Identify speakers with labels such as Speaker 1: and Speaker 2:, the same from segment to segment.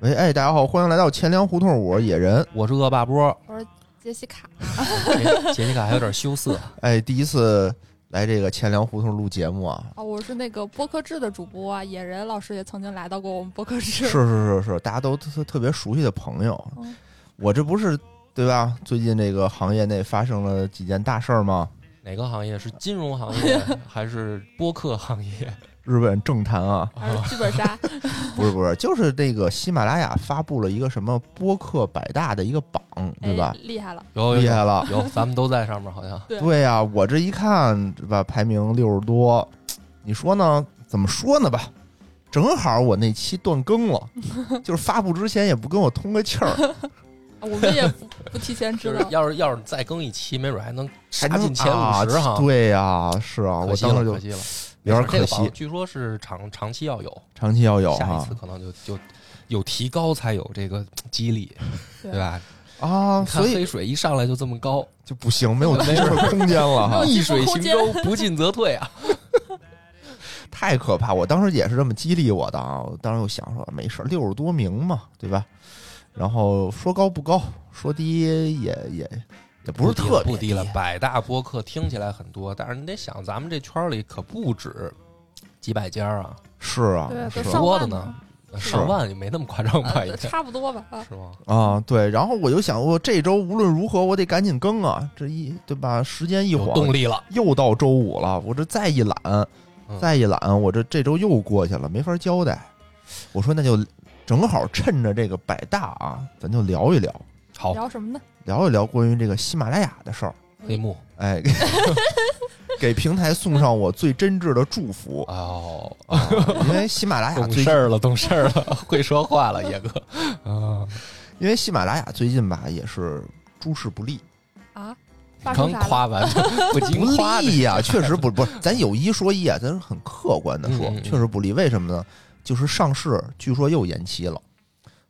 Speaker 1: 喂，哎，大家好，欢迎来到钱粮胡同，我是野人。
Speaker 2: 我是恶霸波，
Speaker 3: 我说杰西卡，
Speaker 2: 哎 杰西卡还有点羞涩，
Speaker 1: 哎，第一次来这个钱粮胡同录节目啊，
Speaker 3: 哦，我是那个播客制的主播啊，野人老师也曾经来到过我们播客制。
Speaker 1: 是是是是，大家都特特别熟悉的朋友
Speaker 2: 哦
Speaker 3: 嗯。
Speaker 1: 我这不是对吧？最近这个行业内发生了几件大事儿吗？
Speaker 2: 哪个行业是金融行业还是播客行业？
Speaker 1: 日本政坛啊，
Speaker 3: 还是剧 本杀，
Speaker 1: 不是不是，就是那个喜马拉雅发布了一个什么播客百大的一个榜，对吧
Speaker 3: 哎？？厉害了，
Speaker 2: 有
Speaker 1: 厉
Speaker 2: 有
Speaker 1: 害了，
Speaker 2: 有，咱们都在上面，好像
Speaker 3: 对
Speaker 1: 对呀、我这一看，对吧？排名六十多，你说呢？怎么说呢吧？正好我那期断更 了，就是发布之前也不跟我通个气儿，
Speaker 3: 啊我们也不不提前
Speaker 2: 就
Speaker 3: 知
Speaker 2: 是
Speaker 3: 道。
Speaker 2: 要是要是再更一期，没准还能杀
Speaker 1: 还能
Speaker 2: 进前五十
Speaker 1: 啊
Speaker 2: 哈。
Speaker 1: 对呀、是啊，
Speaker 2: 可
Speaker 1: 我
Speaker 2: 惜
Speaker 1: 当
Speaker 2: 了，
Speaker 1: 时就
Speaker 2: 可惜了，
Speaker 1: 有点
Speaker 2: 没事这
Speaker 1: 可
Speaker 2: 个
Speaker 1: 惜
Speaker 2: 榜，据说是长长期要有，
Speaker 1: 长期要有啊
Speaker 2: 下一
Speaker 1: 哈
Speaker 2: 次可能就就有提高才有这个激励，
Speaker 3: 对
Speaker 2: 对吧？
Speaker 1: 啊，
Speaker 2: 你看
Speaker 1: 所以
Speaker 2: 黑水一上来就这么高，
Speaker 1: 就不行， 没有
Speaker 2: 没
Speaker 1: 提升空间了哈
Speaker 3: 啊，
Speaker 2: 逆水行舟，不进则退啊！
Speaker 1: 太可怕！我当时也是这么激励我的啊，我当时又想说没事儿，六十多名嘛，对吧？然后说高不高，说低也也也不是
Speaker 2: 低
Speaker 1: 特
Speaker 2: 了
Speaker 1: 别啊
Speaker 2: 不低了，百大播客听起来很多，但是你得想，咱们这圈儿里可不止几百家啊，
Speaker 1: 是啊，
Speaker 3: 对，
Speaker 1: 是
Speaker 3: 都
Speaker 1: 啊
Speaker 3: 上
Speaker 2: 说的
Speaker 3: 万
Speaker 2: 呢
Speaker 3: 了
Speaker 2: 上万也没那么夸张吧？应
Speaker 3: 呃
Speaker 2: 该
Speaker 3: 差不多吧。啊，
Speaker 2: 是吗？
Speaker 1: 啊，对，然后我就想，我这周无论如何，我得赶紧更啊！这一对吧，时间一
Speaker 2: 有
Speaker 1: 晃，
Speaker 2: 动力了，
Speaker 1: 又到周五了，我这再一懒，
Speaker 2: 嗯
Speaker 1: 再一懒，我这这周又过去了，没法交代。我说那就正好趁着这个百大啊，咱就聊一聊，
Speaker 2: 好
Speaker 3: 聊什么呢？
Speaker 1: 聊一聊关于这个喜马拉雅的事儿。
Speaker 2: 黑幕
Speaker 1: 哎， 给给平台送上我最真挚的祝福，
Speaker 2: 哦，
Speaker 1: 因为喜马拉雅
Speaker 2: 懂
Speaker 1: 最
Speaker 2: 事
Speaker 1: 近，
Speaker 2: 儿了，懂事儿了，会说话了，野 哥啊，
Speaker 1: 因为喜马拉雅最近吧也是诸事不利。
Speaker 3: 啊，发生
Speaker 2: 刚
Speaker 3: 啥了？
Speaker 2: 夸完不禁
Speaker 1: 不
Speaker 2: 夸
Speaker 1: 利啊
Speaker 2: 你
Speaker 1: 呀、确实不 不，咱有一说一啊，咱是很客观的说，
Speaker 2: 嗯嗯嗯
Speaker 1: 确实不利。为什么呢？就是上市据说又延期了，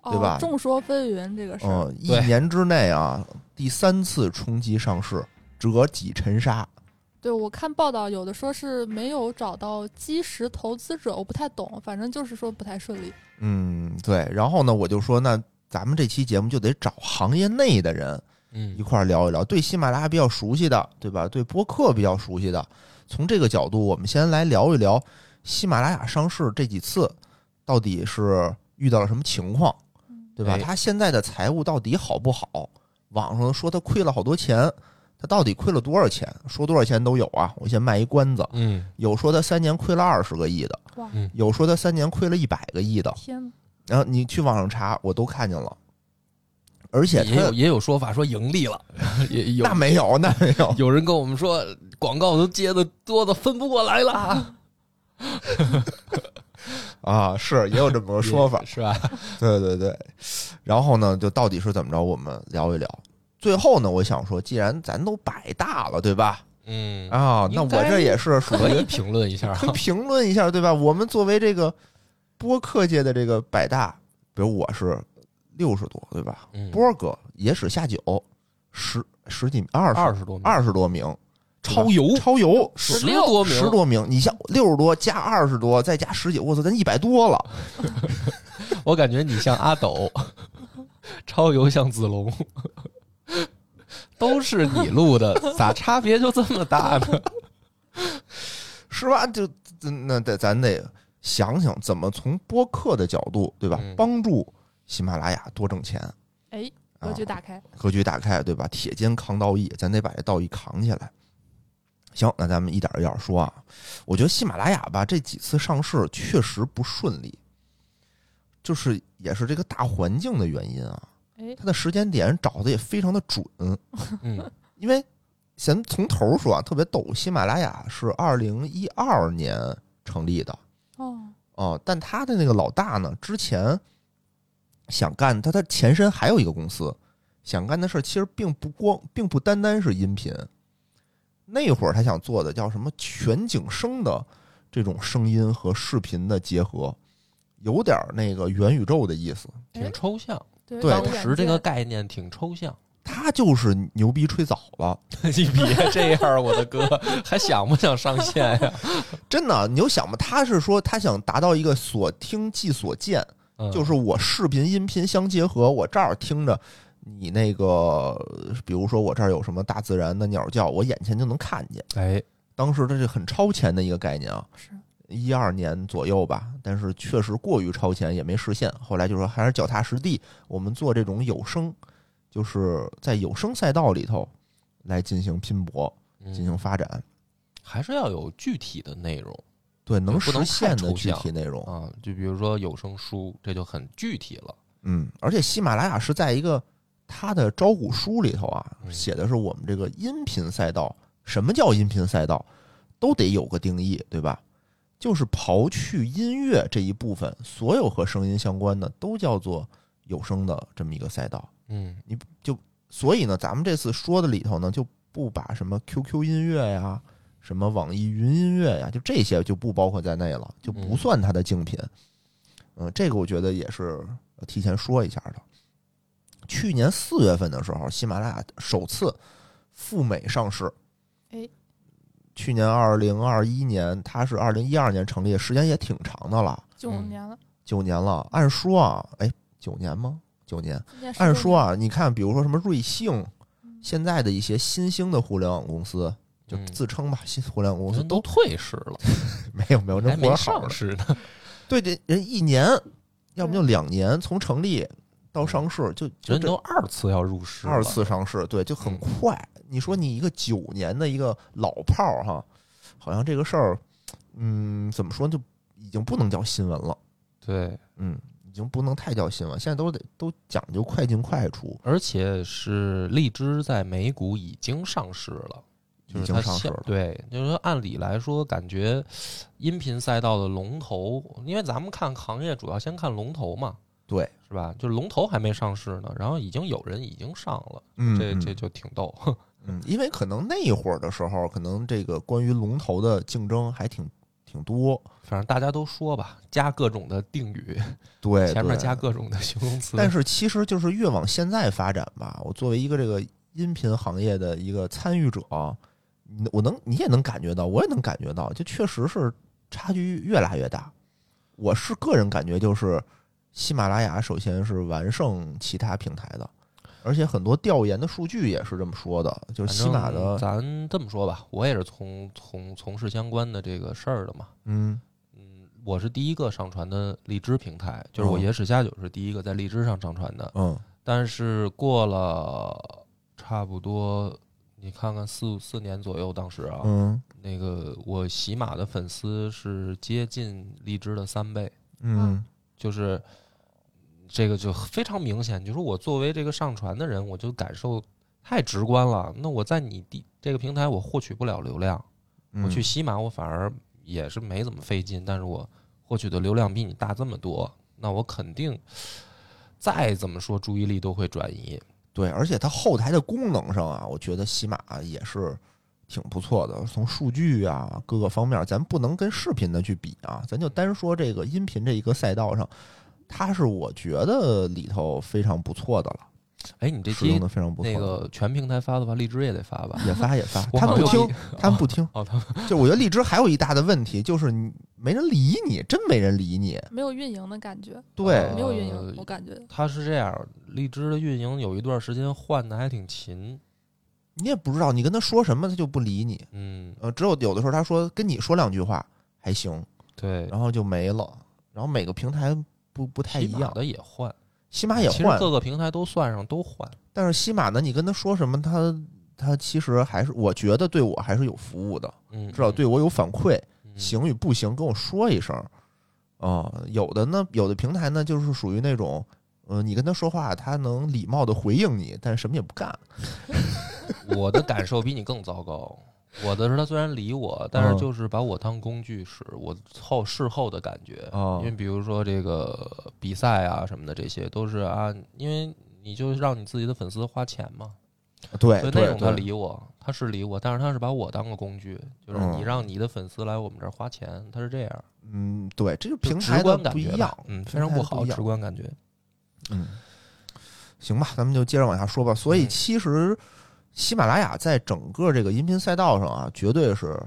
Speaker 1: 对吧
Speaker 3: 哦，众说纷�云这个事儿，
Speaker 1: 嗯，一
Speaker 2: 对
Speaker 1: 年之内啊，第三次冲击上市，折戟沉沙。
Speaker 3: 对我看报道，有的说是没有找到基石投资者，我不太懂，反正就是说不太顺利。
Speaker 1: 嗯，对。然后呢，我就说，那咱们这期节目就得找行业内的人一
Speaker 2: 嗯，
Speaker 1: 块儿聊一聊，对喜马拉雅比较熟悉的，对吧？对播客比较熟悉的，从这个角度，我们先来聊一聊喜马拉雅上市这几次到底是遇到了什么情况。
Speaker 3: 嗯
Speaker 1: 对吧？
Speaker 2: 哎
Speaker 1: 他现在的财务到底好不好？网上说他亏了好多钱，他到底亏了多少钱？说多少钱都有啊！我先卖一关子，
Speaker 2: 嗯，
Speaker 1: 有说他三年亏了二十个亿的，
Speaker 3: 哇，
Speaker 2: 嗯
Speaker 1: 有说他三年亏了一百个亿的。
Speaker 3: 天哪！
Speaker 1: 然后你去网上查，我都看见了。而且
Speaker 2: 也
Speaker 1: 他
Speaker 2: 有也有说法说盈利 了，也有
Speaker 1: 那没有，那没有，
Speaker 2: 有人跟我们说广告都接的多的分不过来了，
Speaker 1: 啊，是也有这么个说法。
Speaker 2: 是吧？
Speaker 1: 对对对，然后呢，就到底是怎么着，我们聊一聊。最后呢，我想说，既然咱都百大了，对吧？
Speaker 2: 嗯，
Speaker 1: 啊，那我
Speaker 2: 应该
Speaker 1: 这也是属于
Speaker 2: 可以评论一下，啊
Speaker 1: 可以评论一下，对吧？我们作为这个播客界的这个百大，比如我是六十多，对吧？
Speaker 2: 嗯
Speaker 1: 波哥、野史下酒十十几二十
Speaker 2: 二十多名，
Speaker 1: 二十多名，
Speaker 2: 超油
Speaker 1: 超油
Speaker 2: 十
Speaker 3: 16
Speaker 2: 多名，
Speaker 1: 十多名，你像六十多加二十多再加十几，我操，咱一百多了。
Speaker 2: 我感觉你像阿斗， 超游像子 龙，都是你录的，咋差别就这么大呢？
Speaker 1: 是吧？就嗯那得咱得想想怎么从播客的角度，对吧？
Speaker 2: 嗯
Speaker 1: 帮助喜马拉雅多挣钱，
Speaker 3: 哎，
Speaker 1: 啊
Speaker 3: 格局打开，
Speaker 1: 格局打开，对吧？铁肩扛道义，咱得把这道义扛起来。行，那咱们一点一点说啊。我觉得喜马拉雅吧，这几次上市确实不顺利，就是也是这个大环境的原因啊。
Speaker 3: 哎，
Speaker 1: 它的时间点找的也非常的准，
Speaker 2: 嗯，
Speaker 1: 因为咱从头说啊，特别逗。喜马拉雅是二零一二年成立的，
Speaker 3: 哦，
Speaker 1: 哦，但他的那个老大呢，之前想干他他前身还有一个公司想干的事儿，其实并不光并不单单是音频。那会儿他想做的叫什么全景声的这种声音和视频的结合，有点儿那个元宇宙的意思。
Speaker 2: 挺抽象，
Speaker 3: 对
Speaker 1: 对
Speaker 2: 当
Speaker 3: 有眼
Speaker 2: 时这
Speaker 3: 界
Speaker 2: 个概念挺抽象。
Speaker 1: 他就是牛逼吹早了，
Speaker 2: 你别这样，我的哥，还想不想上线呀？
Speaker 1: 真的，你就想吧，他是说他想达到一个所听即所见，
Speaker 2: 嗯
Speaker 1: 就是我视频、音频相结合，我这儿听着你那个，比如说我这儿有什么大自然的鸟叫，我眼前就能看见。
Speaker 2: 哎，
Speaker 1: 当时这是很超前的一个概念啊，
Speaker 3: 是
Speaker 1: 一二年左右吧，但是确实过于超前，也没实现。后来就说还是脚踏实地，我们做这种有声，就是在有声赛道里头来进行拼搏、
Speaker 2: 嗯
Speaker 1: 进行发展。
Speaker 2: 还是要有具体的内容
Speaker 1: 对，能
Speaker 2: 不
Speaker 1: 实
Speaker 2: 能太
Speaker 1: 现的
Speaker 2: 抽
Speaker 1: 具
Speaker 2: 象
Speaker 1: 体内容，
Speaker 2: 啊，就比如说有声书，这就很具体了。
Speaker 1: 嗯，而且喜马拉雅是在一个它的招股书里头啊，
Speaker 2: 嗯
Speaker 1: 写的是我们这个音频赛道，什么叫音频赛道，都得有个定义，对吧？就是刨去音乐这一部分，所有和声音相关的都叫做有声的这么一个赛道。
Speaker 2: 嗯
Speaker 1: 所以呢，咱们这次说的里头呢，就不把什么 QQ 音乐呀、什么网易云音乐呀，就这些就不包括在内了，就不算它的竞品。嗯、这个我觉得也是提前说一下的。去年四月份的时候，喜马拉雅首次赴美上市。
Speaker 3: 哎，
Speaker 1: 去年二零二一年，它是二零一二年成立，时间也挺长的了，
Speaker 3: 九
Speaker 2: 嗯
Speaker 3: 五年了，
Speaker 1: 九年了。按说啊，哎，九年吗？九年。
Speaker 3: 今年
Speaker 1: 按
Speaker 3: 16
Speaker 1: 说啊，你看，比如说什么瑞幸，
Speaker 3: 年，嗯
Speaker 1: 现在的一些新兴的互联网公司，就
Speaker 2: 嗯
Speaker 1: 自称吧，新互联网公司
Speaker 2: 人都
Speaker 1: 都
Speaker 2: 退市了，
Speaker 1: 没有没有，
Speaker 2: 还
Speaker 1: 人活
Speaker 2: 没
Speaker 1: 得好
Speaker 2: 上
Speaker 1: 着。
Speaker 2: 市呢。
Speaker 1: 对，这人一年，要么就两年，从成立到上市，就就
Speaker 2: 嗯人
Speaker 1: 这
Speaker 2: 都二次要入市，
Speaker 1: 二，次上市，对，就很
Speaker 2: 嗯
Speaker 1: 快。你说你一个九年的一个老炮儿哈，好像这个事儿，嗯，怎么说就已经不能叫新闻了，
Speaker 2: 对，
Speaker 1: 嗯，已经不能太叫新闻，现在都得都讲究快进快出，
Speaker 2: 而且是荔枝在美股已经上市了，就
Speaker 1: 已
Speaker 2: 是
Speaker 1: 经
Speaker 2: 它
Speaker 1: 上市
Speaker 2: 现
Speaker 1: 了，
Speaker 2: 对，就是说按理来说，感觉音频赛道的龙头，因为咱们看行业主要先看龙头嘛，
Speaker 1: 对，
Speaker 2: 是吧？就是龙头还没上市呢，然后已经有人已经上了，
Speaker 1: 嗯，
Speaker 2: 这
Speaker 1: 嗯
Speaker 2: 这就挺逗。
Speaker 1: 嗯，因为可能那会儿的时候，可能这个关于龙头的竞争还挺挺多，
Speaker 2: 反正大家都说吧，加各种的定语，
Speaker 1: 对，
Speaker 2: 前
Speaker 1: 对
Speaker 2: 面加。各种的形容词，
Speaker 1: 但
Speaker 2: 是
Speaker 1: 是其实就是越往现在发展吧，我作为一个这个音频行业的一个参与者，你我能你也能感觉到，我也能感觉到，就确实是差距越来越大。我是个人感觉就是，喜马拉雅首先是完胜其他平台的，而且很多调研的数据也是这么说的，就是喜马的，
Speaker 2: 咱这么说吧，我也是从从从事相关的这个事儿的嘛，
Speaker 1: 嗯
Speaker 2: 嗯，我是第一个上传的荔枝平台，就是我
Speaker 1: 嗯
Speaker 2: 野史下酒是第一个在荔枝上上传的。
Speaker 1: 嗯
Speaker 2: 但是过了差不多，你看看四四年左右，当时啊，
Speaker 1: 嗯
Speaker 2: 那个我喜马的粉丝是接近荔枝的三倍，
Speaker 1: 嗯
Speaker 2: 就是这个就非常明显，就是我作为这个上传的人，我就感受太直观了。那我在你第这个平台，我获取不了流量。
Speaker 1: 嗯，
Speaker 2: 我去西马，我反而也是没怎么费劲，但是我获取的流量比你大这么多，那我肯定再怎么说注意力都会转移。
Speaker 1: 嗯对，而且它后台的功能上啊，我觉得喜马也是挺不错的。从数据啊各个方面，咱不能跟视频的去比啊，咱就单说这个音频这一个赛道上，它是我觉得里头非常不错的了，
Speaker 2: 哎，你这
Speaker 1: 使用
Speaker 2: 期
Speaker 1: 的非常不错
Speaker 2: 那
Speaker 1: 的。
Speaker 2: 个全平台发的话，荔枝也得发吧？
Speaker 1: 也发也发，
Speaker 2: 我
Speaker 1: 他
Speaker 2: 好
Speaker 1: 们不
Speaker 2: 像
Speaker 1: 听
Speaker 2: 有，
Speaker 1: 他们不听。
Speaker 2: 哦，他们
Speaker 1: 就我觉得荔枝还有一大的问题，就是你没人理你，真没人理你。
Speaker 3: 没有运营的感觉，
Speaker 1: 对
Speaker 2: 哦
Speaker 3: 没有运
Speaker 2: 呃
Speaker 3: 营，我感觉
Speaker 2: 他是这样，荔枝的运营有一段时间换的还挺勤，
Speaker 1: 你也不知道，你跟他说什么，他就不理你。
Speaker 2: 嗯，
Speaker 1: 呃，只有有的时候他说跟你说两句话还行，
Speaker 2: 对，
Speaker 1: 然后就没了。然后每个平台不不太
Speaker 2: 喜
Speaker 1: 一
Speaker 2: 马
Speaker 1: 样，
Speaker 2: 的也换，
Speaker 1: 西马也
Speaker 2: 其实
Speaker 1: 换，
Speaker 2: 各个平台都算上都换，
Speaker 1: 但是西马呢，你跟他说什么，他他其实还是我觉得对我还是有服务的，
Speaker 2: 嗯，
Speaker 1: 至少对我有反馈，
Speaker 2: 嗯，
Speaker 1: 行与不行跟我说一声。啊、有的呢，有的平台呢就是属于那种，呃，你跟他说话，他能礼貌的回应你，但什么也不干。
Speaker 2: 我的感受比你更糟糕。我的是他虽然理我，但
Speaker 1: 嗯
Speaker 2: 是就是把我当工具使，我后事后的感觉。
Speaker 1: 哦
Speaker 2: 因为比如说这个比赛啊什么的，这些都是啊，因为你就让你自己的粉丝花钱嘛，
Speaker 1: 啊对
Speaker 2: 所以那
Speaker 1: 哎对
Speaker 2: 种他
Speaker 1: 对，
Speaker 2: 理我，他是理我，但是他是把我当个工具，就是
Speaker 1: 嗯
Speaker 2: 你让你的粉丝来我们这儿花钱，他是这样，
Speaker 1: 嗯，对，这就
Speaker 2: 就
Speaker 1: 平
Speaker 2: 直
Speaker 1: 台的
Speaker 2: 观感
Speaker 1: 不一
Speaker 2: 觉吧
Speaker 1: 样，
Speaker 2: 嗯，非
Speaker 1: 平
Speaker 2: 常
Speaker 1: 台的
Speaker 2: 不
Speaker 1: 不
Speaker 2: 好，
Speaker 1: 一样
Speaker 2: 直观感觉，
Speaker 1: 嗯，行吧，咱们就接着往下说吧。所以
Speaker 2: 嗯
Speaker 1: 其实喜马拉雅在整个这个音频赛道上啊，绝对是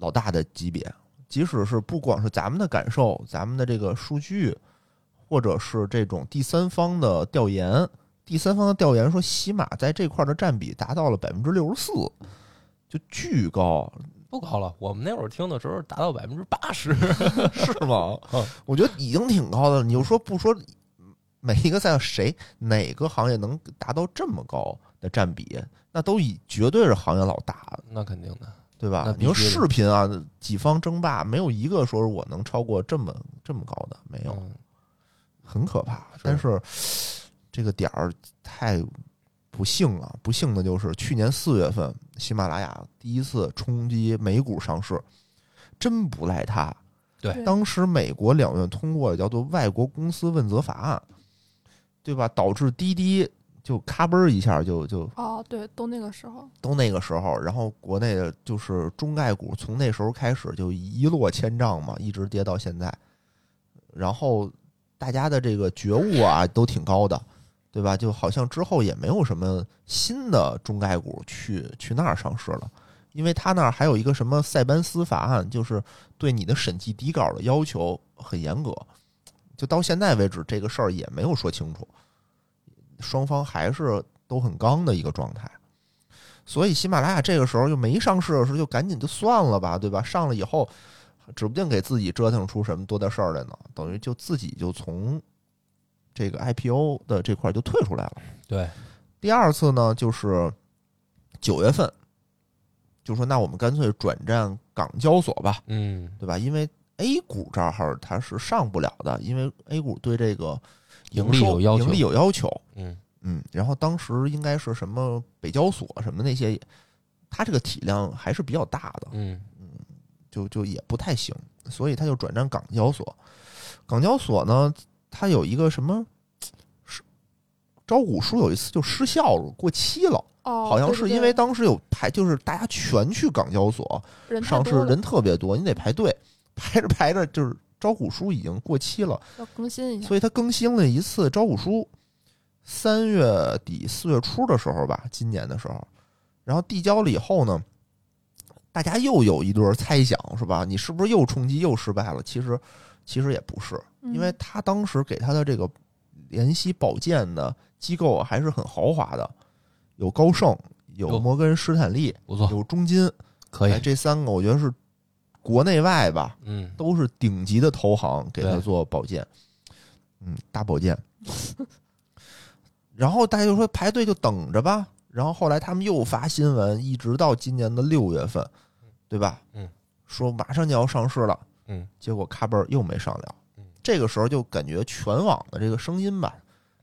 Speaker 1: 老大的级别。即使是不光是咱们的感受，咱们的这个数据，或者是这种第三方的调研，第三方的调研说喜马在这块儿的占比达到了百分之六十四，就巨高，
Speaker 2: 不高了。我们那会儿听的时候达到百分之八十，
Speaker 1: 是吗
Speaker 2: 嗯？
Speaker 1: 我觉得已经挺高的了。你就说不说每一个赛道谁哪个行业能达到这么高的占比，那都已绝对是行业老大，
Speaker 2: 那肯定的。
Speaker 1: 对吧
Speaker 2: 那？
Speaker 1: 你
Speaker 2: 必须
Speaker 1: 说视
Speaker 2: 的
Speaker 1: 频啊，几方争霸，没有一个说是我能超过这么这么高的，没有，
Speaker 2: 嗯
Speaker 1: 很可怕。但是这个点儿太不幸了，不幸的就是去年四月份，喜马拉雅第一次冲击美股上市，真不赖它。
Speaker 2: 对
Speaker 1: 当时美国两院通过了叫做《外国公司问责法案》，对吧？导致滴滴就咔嘣儿一下就就
Speaker 3: 哦，对，都那个时候，
Speaker 1: 都那个时候，然后国内的就是中概股从那时候开始就一落千丈嘛，一直跌到现在。然后大家的这个觉悟啊都挺高的，对吧？就好像之后也没有什么新的中概股去去那儿上市了，因为他那儿还有一个什么塞班斯法案，就是对你的审计底稿的要求很严格。就到现在为止，这个事儿也没有说清楚，双方还是都很刚的一个状态。所以喜马拉雅这个时候就没上市的时候，就赶紧就算了吧，对吧？上了以后，指不定给自己折腾出什么多大事儿来呢。等于就自己就从这个 IPO 的这块儿就退出来了。
Speaker 2: 对，
Speaker 1: 第二次呢，就是九月份，就说那我们干脆转战港交所吧，
Speaker 2: 嗯，
Speaker 1: 对吧？因为 A 股这儿它是上不了的，因为 A 股对这个
Speaker 2: 盈利
Speaker 1: 收
Speaker 2: 有要求
Speaker 1: 盈利有要求。
Speaker 2: 嗯，
Speaker 1: 嗯，然后当时应该是什么北交所什么那些，它这个体量还是比较大的，
Speaker 2: 嗯，
Speaker 1: 就就也不太行，所以他就转战港交所。港交所呢，它有一个什么是招股书有一次就失效了，过期了，
Speaker 3: 哦，
Speaker 1: 好像
Speaker 3: 对
Speaker 1: 是
Speaker 3: 对
Speaker 1: 因为
Speaker 3: 对
Speaker 1: 当时有排，就是大家全去港交所
Speaker 3: 人太
Speaker 1: 上
Speaker 3: 多
Speaker 1: 市，
Speaker 3: 了
Speaker 1: 人特别多，你得排队，排着排着就是招股书已经过期了。
Speaker 3: 要更新一下，
Speaker 1: 所以他更新了一次招股书，三月底四月初的时候吧，今年的时候，然后递交了以后呢，大家又有一轮猜想，是吧？你是不是又冲击又失败了？其实，其实也不是，因为
Speaker 3: 嗯
Speaker 1: 他当时给他的这个联席保荐的机构啊还是很豪华的，有高盛，有
Speaker 2: 有
Speaker 1: 摩根士坦利，
Speaker 2: 不错，
Speaker 1: 有中金，
Speaker 2: 可
Speaker 1: 哎
Speaker 2: 以，
Speaker 1: 这三个我觉得是国内外吧，
Speaker 2: 嗯，
Speaker 1: 都是顶级的投行给他
Speaker 2: 对
Speaker 1: 做保荐，嗯，大保荐。然后大家就说排队就等着吧。然后后来他们又发新闻，一直到今年的六月份，对吧？
Speaker 2: 嗯，
Speaker 1: 说马上就要上市了，
Speaker 2: 嗯，
Speaker 1: 结果咔嘣儿又没上了
Speaker 2: 嗯。
Speaker 1: 这个时候就感觉全网的这个声音吧，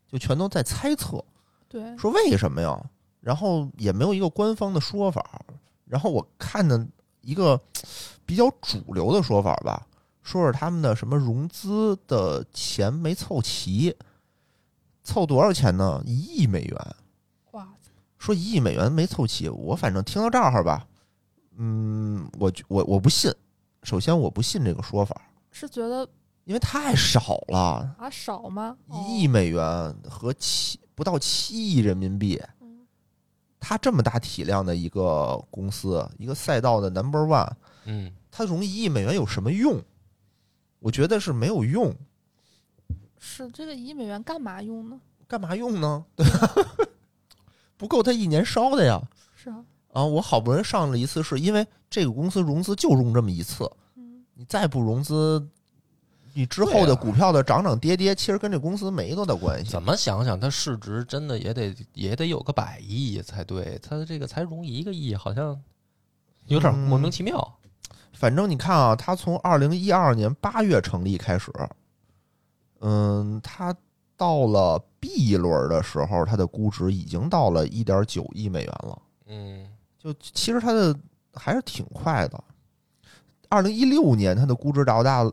Speaker 1: 就全都在猜测，
Speaker 3: 对
Speaker 1: 说为什么呀？然后也没有一个官方的说法。然后我看的一个比较主流的说法吧，说是他们的什么融资的钱没凑齐，凑多少钱呢？一亿美元。
Speaker 3: 哇塞，
Speaker 1: 说一亿美元没凑齐，我反正听到这儿吧，嗯，我觉我我不信。首先我不信这个说法，
Speaker 3: 是觉得
Speaker 1: 因为太少了，
Speaker 3: 啊少吗？哦
Speaker 1: 一亿美元和七不到七亿人民币，
Speaker 3: 嗯
Speaker 1: 它这么大体量的一个公司，一个赛道的 number one，
Speaker 2: 嗯，
Speaker 1: 它融一亿美元有什么用？我觉得是没有用，
Speaker 3: 嗯是这个一亿美元干嘛用呢？
Speaker 1: 干嘛用呢？ 对吧？不够他一年烧的呀！
Speaker 3: 是啊，
Speaker 1: 啊，我好不容易上了一次市，因为这个公司融资就融这么一次，
Speaker 3: 嗯，
Speaker 1: 你再不融资，你之后
Speaker 2: 对
Speaker 1: 的
Speaker 2: 啊
Speaker 1: 股票的涨涨跌跌，其实跟这公司没多大关系
Speaker 2: 怎。么想想，它市值真的也得也得有个百亿才对，它这个才融一个亿，好像有点莫名其妙。
Speaker 1: 反正你看啊，它从二零一二年八月成立开始，嗯，它到了 B 轮的时候，它的估值已经到了一点九亿美元了。
Speaker 2: 嗯，
Speaker 1: 就其实它的还是挺快的。二零一六年，它的估值达到，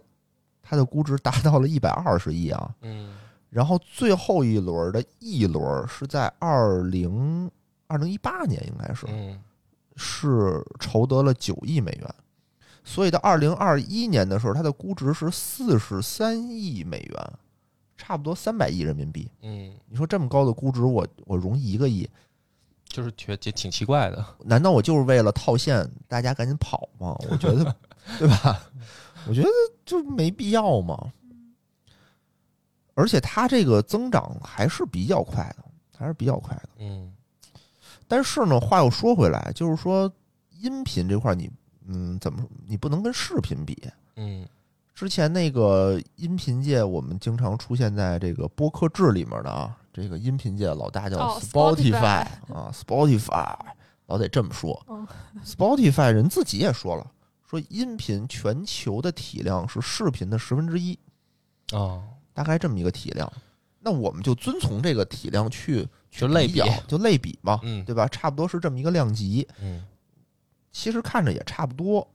Speaker 1: 它的估值达到了一百二十亿啊。
Speaker 2: 嗯，
Speaker 1: 然后最后一轮的 E 轮是在二零二零一八年，应该是
Speaker 2: 嗯，
Speaker 1: 是筹得了九亿美元，所以到二零二一年的时候，它的估值是四十三亿美元，差不多三百亿人民币。
Speaker 2: 嗯，
Speaker 1: 你说这么高的估值，我我融一个亿，
Speaker 2: 就是觉挺挺奇怪的。
Speaker 1: 难道我就是为了套现大家赶紧跑吗？我觉得，对吧？我觉得就没必要嘛。而且它这个增长还是比较快的，还是比较快的。
Speaker 2: 嗯
Speaker 1: 但是呢，话又说回来，就是说音频这块儿你嗯怎么说你不能跟视频比。
Speaker 2: 嗯
Speaker 1: 之前那个音频界，我们经常出现在这个播客制里面的啊，这个音频界老大叫
Speaker 3: 哦
Speaker 1: Spotify、啊，Spotify 老得这么说。
Speaker 3: 嗯
Speaker 1: Spotify 人自己也说了，说音频全球的体量是视频的十分之一，
Speaker 2: 哦，
Speaker 1: 大概这么一个体量。那我们就遵从这个体量去
Speaker 2: 就类
Speaker 1: 比
Speaker 2: 比
Speaker 1: 较，就类比嘛，
Speaker 2: 嗯
Speaker 1: 对吧？差不多是这么一个量级，
Speaker 2: 嗯，
Speaker 1: 其实看着也差不多。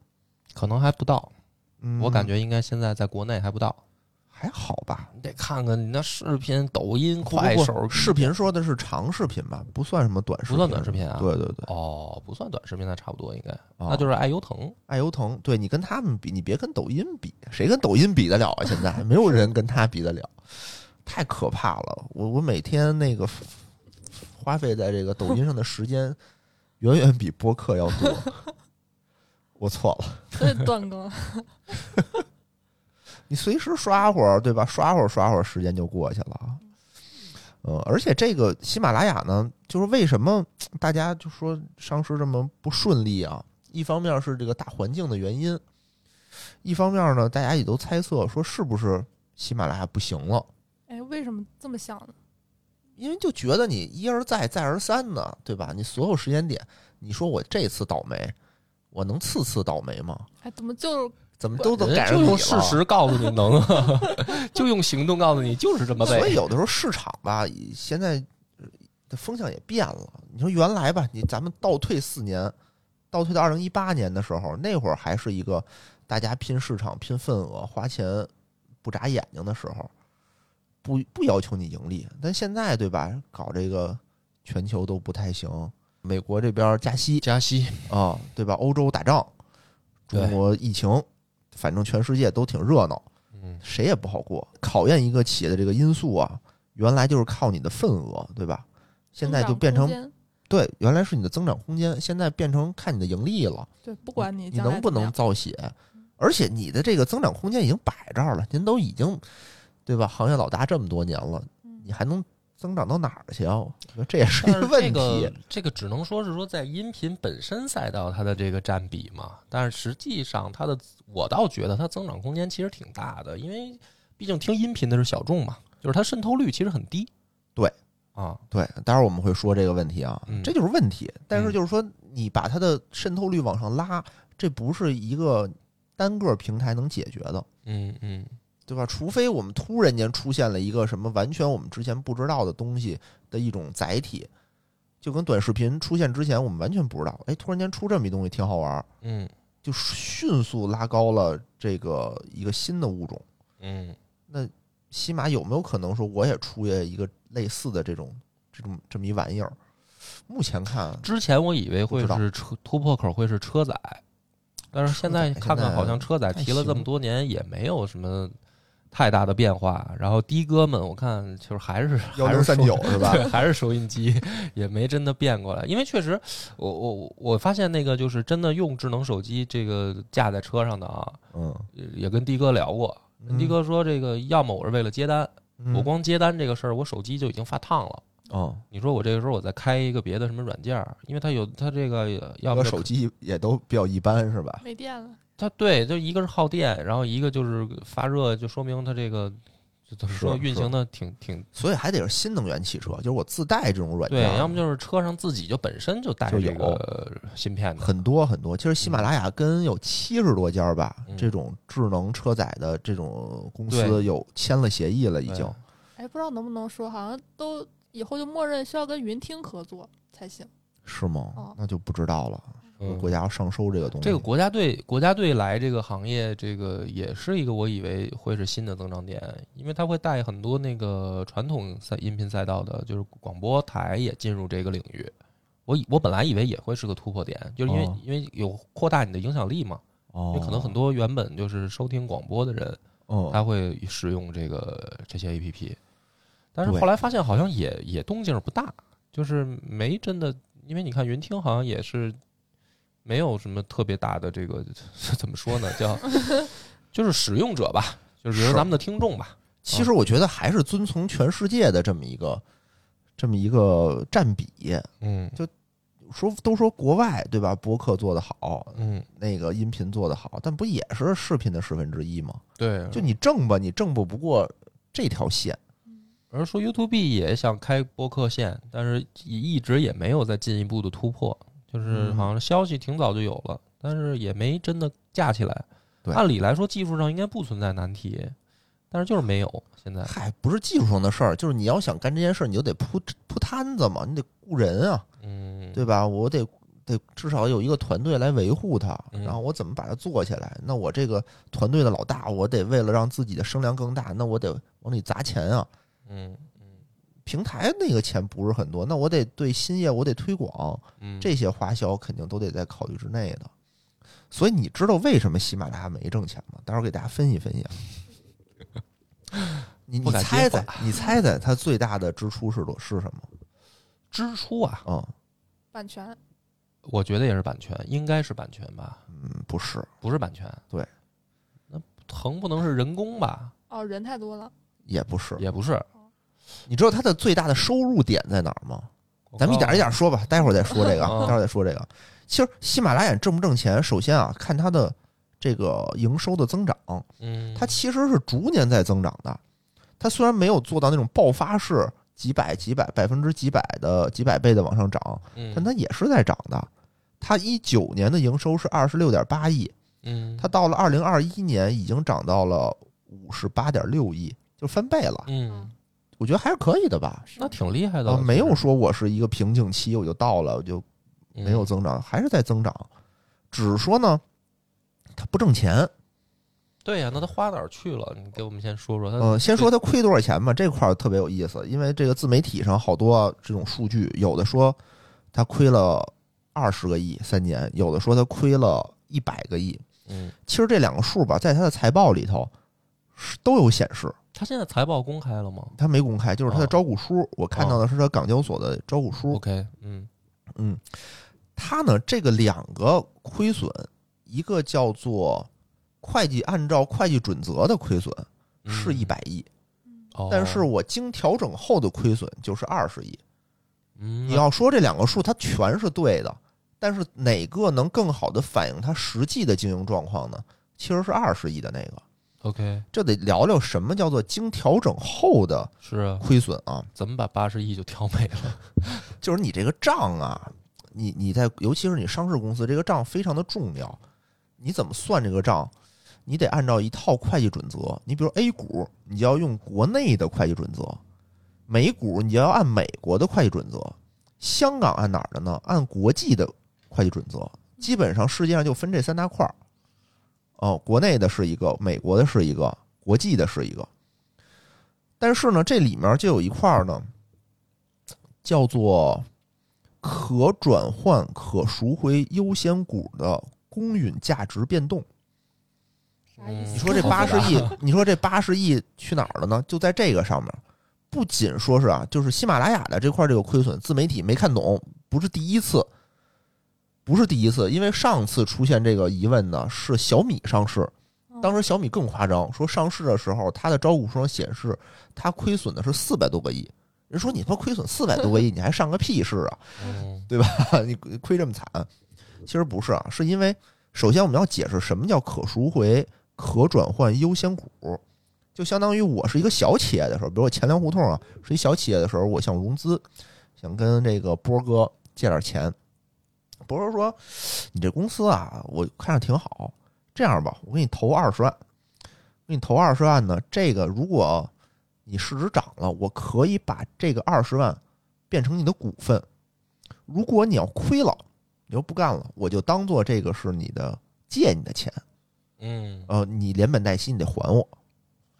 Speaker 2: 可能还不到，
Speaker 1: 嗯，
Speaker 2: 我感觉应该现在在国内还不到。
Speaker 1: 还好吧。
Speaker 2: 你得看看你那视频、抖音、
Speaker 1: 不
Speaker 2: 快
Speaker 1: 不
Speaker 2: 手
Speaker 1: 视频说的是长视频吧，不算什么短视频，
Speaker 2: 不算短视频啊
Speaker 1: 对对对，
Speaker 2: 哦，不算短视频，那差不多应该，
Speaker 1: 啊
Speaker 2: 那就是爱优腾。
Speaker 1: 爱优腾。对你跟他们比，你别跟抖音比，谁跟抖音比得了啊？现在没有人跟他比得了，太可怕了。我我每天那个花费在这个抖音上的时间，远远比播客要多。 我错了。
Speaker 3: 所以断更。
Speaker 1: 你随时刷会儿，对吧？刷会儿刷会儿，时间就过去了啊。呃，而且这个喜马拉雅呢，就是为什么大家就说上市这么不顺利啊？一方面是这个大环境的原因，一方面呢，大家也都猜测说是不是喜马拉雅不行了，
Speaker 3: 哎，为什么这么想呢？
Speaker 1: 因为就觉得你一而再再而三的，对吧？你所有时间点，你说我这次倒霉，我能次次倒霉吗？
Speaker 3: 哎，怎么就
Speaker 1: 怎么都都
Speaker 2: 人
Speaker 1: 赶上
Speaker 2: 就
Speaker 1: 你了啊
Speaker 2: 用事实告诉你能， 就用行动告诉你就是这么
Speaker 1: 所以
Speaker 2: 背。
Speaker 1: 有的时候市场吧，现在呃的风向也变了。你说原来吧，你咱们倒退四年，倒退到二零一八年的时候，那会儿还是一个大家拼市场、拼份额、花钱不眨眼睛的时候，不不要求你盈利。但现在对吧，搞这个全球都不太行，美国这边加息
Speaker 2: 加息，
Speaker 1: 啊，对吧？欧洲打仗，中
Speaker 2: 对
Speaker 1: 国疫情，反正全世界都挺热闹。
Speaker 2: 嗯
Speaker 1: 谁也不好过。考验一个企业的这个因素啊，原来就是靠你的份额，对吧？现在就变
Speaker 3: 增
Speaker 1: 成
Speaker 3: 长空间
Speaker 1: 对，原来是你的增长空间，现在变成看你的盈利了，
Speaker 3: 对，不管你
Speaker 1: 你
Speaker 3: 将来
Speaker 1: 能不
Speaker 3: 怎么
Speaker 1: 能
Speaker 3: 样
Speaker 1: 造血？而且你的这个增长空间已经摆这儿了，您都已经对吧？行业老大这么多年了，
Speaker 3: 嗯
Speaker 1: 你还能增长到哪儿去啊？我觉得这也是一
Speaker 2: 但
Speaker 1: 个
Speaker 2: 是
Speaker 1: 问
Speaker 2: 这
Speaker 1: 题。
Speaker 2: 个这个只能说是说在音频本身赛道它的这个占比嘛，但是实际上它的我倒觉得它增长空间其实挺大的，因为毕竟听音频的是小众嘛，就是它渗透率其实很低。
Speaker 1: 对
Speaker 2: 啊，
Speaker 1: 对，待会儿我们会说这个问题啊，
Speaker 2: 嗯
Speaker 1: 这就是问题。但是
Speaker 2: 嗯
Speaker 1: 就是说，你把它的渗透率往上拉，这不是一个单个平台能解决的。
Speaker 2: 嗯嗯
Speaker 1: 对吧？除非我们突然间出现了一个什么完全我们之前不知道的东西的一种载体，就跟短视频出现之前我们完全不知道，哎，突然间出这么一东西挺好玩儿，
Speaker 2: 嗯
Speaker 1: 就迅速拉高了这个一个新的物种。
Speaker 2: 嗯，
Speaker 1: 西马有没有可能说我也出现一个类似的这种这种这么一玩意儿？目前看，啊
Speaker 2: 之前我以为会
Speaker 1: 不知道
Speaker 2: 是车突破口会是车载，但是现在
Speaker 1: 车载
Speaker 2: 看
Speaker 1: 现
Speaker 2: 看
Speaker 1: 在
Speaker 2: 好像车载
Speaker 1: 太
Speaker 2: 提了
Speaker 1: 行
Speaker 2: 这么多年也没有什么太大的变化。然后的哥们，我看就是还 是还是收
Speaker 1: 1039是吧
Speaker 2: 对， 还是收音机，也没真的变过来。因为确实，我我我我发现那个就是真的用智能手机这个架在车上的啊，
Speaker 1: 嗯，
Speaker 2: 也跟的哥聊过。
Speaker 1: 嗯
Speaker 2: 的哥说，这个要么我是为了接单，
Speaker 1: 嗯
Speaker 2: 我光接单这个事儿，我手机就已经发烫了。
Speaker 1: 哦，
Speaker 2: 你说我这个时候我再开一个别的什么软件儿，因为它有它这个呃要
Speaker 1: 要
Speaker 2: 么就
Speaker 1: 手机也都比较一般是吧？
Speaker 3: 没电了，
Speaker 2: 它对，就一个是耗电，然后一个就是发热，就说明它这个就怎么说
Speaker 1: 是
Speaker 2: 运行的挺挺
Speaker 1: 所以还得是新能源汽车，就是我自带这种软
Speaker 2: 对
Speaker 1: 件，，
Speaker 2: 要么就是车上自己就本身就带
Speaker 1: 就
Speaker 2: 这
Speaker 1: 有
Speaker 2: 个芯片的，
Speaker 1: 很多很多，其实喜马拉雅跟有七十多家吧，
Speaker 2: 嗯
Speaker 1: 这种智能车载的这种公司
Speaker 2: 对
Speaker 1: 有签了协议了，已
Speaker 2: 对
Speaker 1: 经。
Speaker 3: 哎，不知道能不能说，好像都以后就默认需要跟云听合作才行。
Speaker 1: 是吗
Speaker 3: 哦？
Speaker 1: 那就不知道了。
Speaker 2: 嗯
Speaker 1: 国家要上收这个东西，
Speaker 2: 这个国家队国家队来这个行业，这个也是一个我以为会是新的增长点，因为它会带很多那个传统赛音频赛道的，就是广播台也进入这个领域。我以我本来以为也会是个突破点，就是因为、
Speaker 1: 哦
Speaker 2: 因为有扩大你的影响力嘛，因
Speaker 1: 哦
Speaker 2: 为可能很多原本就是收听广播的人，
Speaker 1: 嗯
Speaker 2: 他会使用这个这些 A P P，但是
Speaker 1: 对
Speaker 2: 后来发现好像也也动静不大，就是没真的，因为你看云听好像也是没有什么特别大的 这个怎么说呢，叫就是使用者吧，就是比如
Speaker 1: 是
Speaker 2: 咱们的听众吧，
Speaker 1: 其实我觉得还是遵从全世界的这么一个这么一个占比。
Speaker 2: 嗯
Speaker 1: 说都说国外对吧，博客做得好，
Speaker 2: 嗯，
Speaker 1: 那个音频做得好，但不也是视频的十分之一吗？
Speaker 2: 对。
Speaker 1: 就你挣吧，你挣不不过这条线。
Speaker 2: 而说 YouTube 也想开播客线，但是一直也没有再进一步的突破，就是
Speaker 1: 嗯
Speaker 2: 好像消息挺早就有了，但是也没真的架起来。
Speaker 1: 对
Speaker 2: 按理来说技术上应该不存在难题，但是就是没有。现在
Speaker 1: 嗨，不是技术上的事儿，就是你要想干这件事儿，你就得铺铺摊子嘛，你得雇人啊，
Speaker 2: 嗯，
Speaker 1: 对吧？我得得至少有一个团队来维护它，
Speaker 2: 嗯
Speaker 1: 然后我怎么把它做起来？那我这个团队的老大，我得为了让自己的声量更大，那我得往里砸钱啊。
Speaker 2: 嗯
Speaker 1: 平台那个钱不是很多，那我得对新业务我得推广，
Speaker 2: 嗯，
Speaker 1: 这些花销肯定都得在考虑之内的。所以你知道为什么喜马拉雅没挣钱吗？待会儿给大家分析分析啊。你你
Speaker 2: 不敢接
Speaker 1: 猜
Speaker 2: 话
Speaker 1: 猜，你猜猜它最大的支出是多是什么？
Speaker 2: 支出啊，
Speaker 1: 嗯
Speaker 3: 版权
Speaker 2: 我觉得也是版权，应该是版权吧，
Speaker 1: 嗯，不是，
Speaker 2: 不是版权。
Speaker 1: 对，
Speaker 2: 那疼不能是人工吧？
Speaker 3: 哦，人太多了，
Speaker 1: 也不是。
Speaker 2: 也不是，
Speaker 1: 你知道它的最大的收入点在哪儿吗？咱们一点一点说吧，待会儿再说这个啊， 待
Speaker 2: 嗯
Speaker 1: 会儿再说这个。其实喜马拉雅挣不挣钱，首先啊，看它的这个营收的增长，
Speaker 2: 嗯，
Speaker 1: 它其实是逐年在增长的。它虽然没有做到那种爆发式几百、几百、百分之几百的几百倍的往上涨，
Speaker 2: 嗯，
Speaker 1: 但它也是在涨的。它一九年的营收是二十六点八亿，
Speaker 2: 嗯，
Speaker 1: 它到了二零二一年已经涨到了五十八点六亿，就翻倍了。
Speaker 2: 嗯，
Speaker 1: 我觉得还是可以的吧。
Speaker 3: 嗯是
Speaker 2: 那挺厉害的
Speaker 1: 呃，
Speaker 2: 了，
Speaker 1: 没有
Speaker 2: 其实
Speaker 1: 说我是一个瓶颈期，我就到了，我就没有
Speaker 2: 嗯
Speaker 1: 增长，还是在增长，只是说呢，它不挣钱。
Speaker 2: 对呀，那他花哪儿去了？你给我们先说说他。
Speaker 1: 呃，先说它亏多少钱吧，这块儿特别有意思，因为这个自媒体上好多这种数据，有的说它亏了二十个亿三年，有的说它亏了一百个亿。
Speaker 2: 嗯，
Speaker 1: 其实这两个数吧，在它的财报里头是都有显示，
Speaker 2: 他现在财报公开了吗
Speaker 1: 它没公开，就是它的
Speaker 2: 哦
Speaker 1: 招股书，我看到的是它港交所的招股书。
Speaker 2: ？OK，嗯
Speaker 1: 嗯，它呢这个两个亏损，一个叫做会计按照会计准则的亏损
Speaker 2: 嗯
Speaker 1: 是一百亿，
Speaker 3: 嗯，
Speaker 2: 哦
Speaker 1: 但是我经调整后的亏损就是二十亿。
Speaker 2: 嗯，
Speaker 1: 你要说这两个数它全是对的，但是哪个能更好的反映它实际的经营状况呢？其实是二十亿的那个。
Speaker 2: OK
Speaker 1: 这得聊聊什么叫做经调整后的
Speaker 2: 是啊
Speaker 1: 亏损啊，
Speaker 2: 怎么把八十亿就挑没了？
Speaker 1: 就是你这个账啊，你你在尤其是你上市公司这个账非常的重要，你怎么算这个账，你得按照一套会计准则。你比如 A 股，你就要用国内的会计准则；美股你就要按美国的会计准则；香港按哪儿的呢？按国际的会计准则。基本上世界上就分这三大块儿，哦，国内的是一个，美国的是一个，国际的是一个。但是呢，这里面就有一块儿呢，叫做可转换可赎回优先股的公允价值变动。
Speaker 3: 啥意思？
Speaker 1: 嗯你说这八
Speaker 3: 啊
Speaker 1: 十亿，你说这八十亿去哪儿了呢？就在这个上面，不仅说是啊，就是喜马拉雅的这块这个亏损，自媒体没看懂，不是第一次，不是第一次，因为上次出现这个疑问呢是小米上市，
Speaker 3: 嗯
Speaker 1: 当时小米更夸张，说上市的时候它的招股书上显示它亏损的是四百多个亿，人说你他妈亏损四百多个亿，你还上个屁市啊？
Speaker 2: 嗯
Speaker 1: 你亏这么惨？其实不是啊，是因为首先我们要解释什么叫可赎回、可转换优先股，就相当于我是一个小企业的时候，比如我钱粮胡同啊是一小企业的时候，我想融资，想跟这个波哥借点钱，波哥说你这公司啊，我看着挺好，这样吧，我给你投二十万，给你投二十万呢，这个如果你市值涨了，我可以把这个二十万变成你的股份。如果你要亏了，你又不干了，我就当做这个是你的借你的钱，
Speaker 2: 嗯，
Speaker 1: 呃，你连本带息你得还我，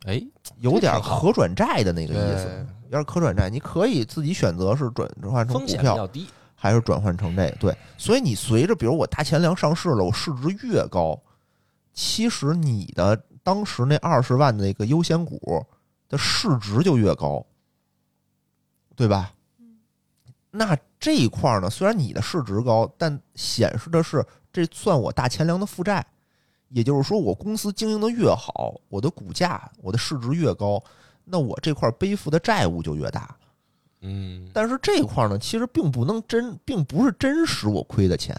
Speaker 2: 哎，
Speaker 1: 有点
Speaker 2: 这挺好
Speaker 1: 可转债的那个意思，
Speaker 2: 对，
Speaker 1: 有点可转债，你可以自己选择是转转换成
Speaker 2: 风
Speaker 1: 股
Speaker 2: 险比
Speaker 1: 票
Speaker 2: 较低。
Speaker 1: 还是转换成这个。对，所以你随着比如我大钱粮上市了，我市值越高，其实你的当时那二十万的那个优先股的市值就越高，对吧？
Speaker 3: 嗯
Speaker 1: 那这一块儿呢，虽然你的市值高，但显示的是这算我大钱粮的负债，也就是说，我公司经营的越好，我的股价、我的市值越高，那我这块背负的债务就越大。
Speaker 2: 嗯
Speaker 1: 但是这块呢，其实并不能真，并不是真实我亏的钱，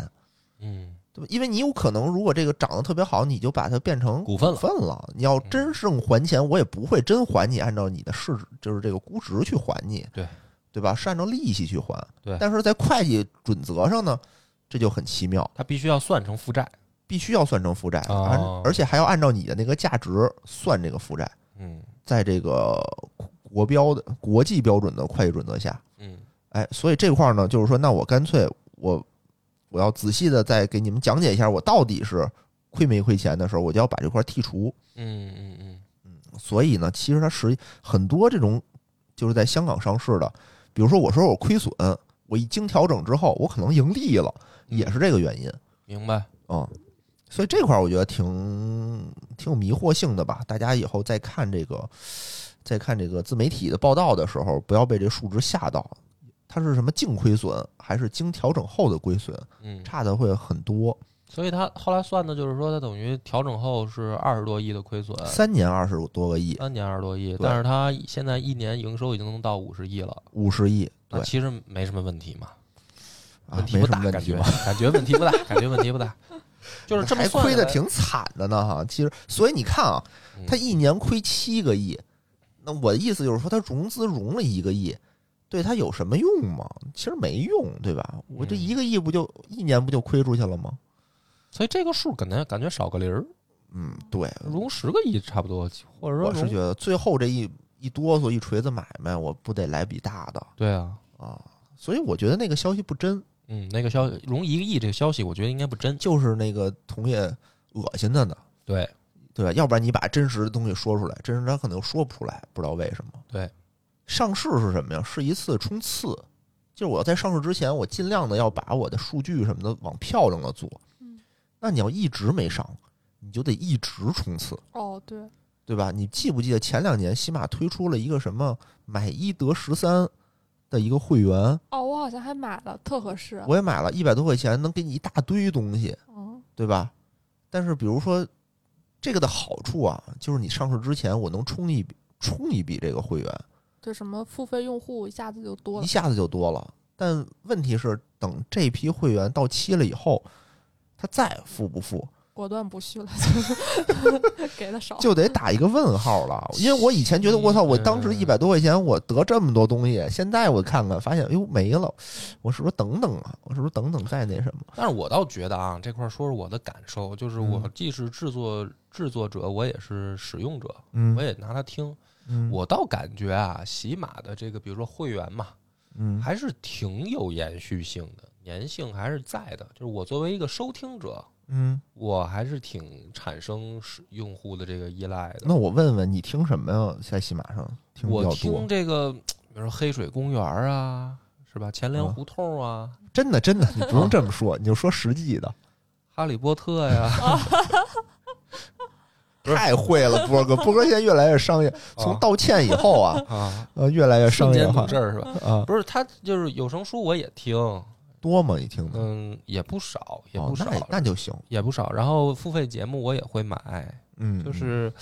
Speaker 2: 嗯，
Speaker 1: 对吧？因为你有可能，如果这个涨得特别好，你就把它变成
Speaker 2: 股份了嗯
Speaker 1: 份了。你要真正还钱，我也不会真还你，按照你的市值，就是这个估值去还你，
Speaker 2: 对
Speaker 1: 对吧？是按照利息去还。
Speaker 2: 对
Speaker 1: 但是在会计准则上呢，这就很奇妙，
Speaker 2: 它必须要算成负债。
Speaker 1: 必须要算成负债，而
Speaker 2: 哦
Speaker 1: 而且还要按照你的那个价值算这个负债，
Speaker 2: 嗯
Speaker 1: 在这个国标的国际标准的会计准则下，
Speaker 2: 嗯
Speaker 1: 哎，所以这块儿呢，就是说，那我干脆我我要仔细的再给你们讲解一下，我到底是亏没亏钱的时候，我就要把这块儿剔除。
Speaker 2: 嗯嗯嗯，
Speaker 1: 所以呢，其实它实际很多这种就是在香港上市的，比如说我说我亏损，我一经调整之后，我可能盈利了，也是这个原因
Speaker 2: 明白。
Speaker 1: 啊、嗯。所以这块儿我觉得挺挺有迷惑性的吧，大家以后再看这个再看这个自媒体的报道的时候，不要被这数值吓到。它是什么净亏损，还是经调整后的亏损，
Speaker 2: 嗯，
Speaker 1: 差的会很多，
Speaker 2: 所以他后来算的就是说，他等于调整后是二十多亿的亏损，
Speaker 1: 三年二十多个亿，
Speaker 2: 三年二十多亿，
Speaker 1: 对
Speaker 2: 但是他现在一年营收已经能到五十亿了，
Speaker 1: 五十亿，对
Speaker 2: 那，其实没什么问题嘛，
Speaker 1: 啊
Speaker 2: 啊问，题
Speaker 1: 没
Speaker 2: 不
Speaker 1: 什
Speaker 2: 大，
Speaker 1: 么问
Speaker 2: 感
Speaker 1: 题
Speaker 2: 觉
Speaker 1: 吧？
Speaker 2: 感觉问题不大，感觉问题 不大，就是这么
Speaker 1: 还
Speaker 2: 算
Speaker 1: 亏的
Speaker 2: 来，
Speaker 1: 挺惨的呢哈。其实，所以你看啊，
Speaker 2: 嗯
Speaker 1: 他一年亏七个亿，那我的意思就是说，他融资融了一个亿，对他有什么用吗？其实没用，对吧？我这
Speaker 2: 嗯
Speaker 1: 一个亿不就一年不就亏出去了吗？
Speaker 2: 所以这个数感觉感觉少个零儿，
Speaker 1: 嗯，对，
Speaker 2: 融十个亿差不多，或者说
Speaker 1: 我是
Speaker 2: 融
Speaker 1: 觉得最后这一一哆嗦一锤子买卖，我不得来笔大的
Speaker 2: 对啊，
Speaker 1: 啊？所以我觉得那个消息不真，
Speaker 2: 嗯，那个消息融一个亿这个消息，我觉得应该不真，
Speaker 1: 就是那个同业恶心的呢，
Speaker 2: 对，
Speaker 1: 对吧？要不然你把真实的东西说出来，真实他可能说不出来，不知道为什么。
Speaker 2: 对，
Speaker 1: 上市是什么呀？是一次冲刺，就是我要在上市之前，我尽量的要把我的数据什么的往漂亮了做。
Speaker 3: 嗯，
Speaker 1: 那你要一直没上，你就得一直冲刺，
Speaker 3: 哦，对，
Speaker 1: 对吧？你记不记得前两年喜马推出了一个什么买一得十三的一个会员？
Speaker 3: 哦，我好像还买了，特合适。
Speaker 1: 我也买了一百多块钱，能给你一大堆东西。
Speaker 3: 嗯，
Speaker 1: 对吧？但是比如说这个的好处啊，就是你上市之前我能充一笔充一笔这个会员，
Speaker 3: 对，什么付费用户一下子就多
Speaker 1: 一
Speaker 3: 了。
Speaker 1: 下子就多了。但问题是，等这批会员到期了以后，他再付不付，
Speaker 3: 果断不续了， 就是给的少。
Speaker 1: 就得打一个问号
Speaker 3: 哦
Speaker 1: 了。因为我以前觉得我操，
Speaker 2: 嗯
Speaker 1: 我当时一百多块钱我得这么多东西，现在我看看发现哟没了，我是不是等等啊？我是不是等等再那什么？
Speaker 2: 但是我倒觉得啊，这块儿说说我的感受，就是
Speaker 1: 嗯
Speaker 2: 我既是制作制作者，我也是使用者，
Speaker 1: 嗯
Speaker 2: 我也拿它听。
Speaker 1: 嗯
Speaker 2: 我倒感觉啊，喜马的这个，比如说会员嘛，
Speaker 1: 嗯
Speaker 2: 还是挺有延续性的，粘性还是在的。就是我作为一个收听者，
Speaker 1: 嗯，
Speaker 2: 我还是挺产生使用户的这个依赖的。
Speaker 1: 那我问问你听什么呀？在喜马上听比
Speaker 2: 我
Speaker 1: 较
Speaker 2: 听
Speaker 1: 多，
Speaker 2: 这个，比如说黑水公园啊，是吧？前
Speaker 1: 啊
Speaker 2: 粮胡同啊，
Speaker 1: 真的真的，你 不用这么说，你就说实际的。
Speaker 2: 哈利波特呀，不是
Speaker 1: 太会了，波哥，波哥现在越来越商业。 从道歉以后啊，
Speaker 2: 啊，
Speaker 1: 呃，越 来越商
Speaker 2: 瞬
Speaker 1: 业
Speaker 2: 间
Speaker 1: 化
Speaker 2: 懂事儿是吧？
Speaker 1: 啊，
Speaker 2: 不是，他就是有声书我也听，
Speaker 1: 多吗？你听的
Speaker 2: 嗯，也不少，也
Speaker 1: 哦
Speaker 2: 不，少，
Speaker 1: 那那就行，
Speaker 2: 也不少。然后付费节目我也会买，
Speaker 1: 嗯，
Speaker 2: 就是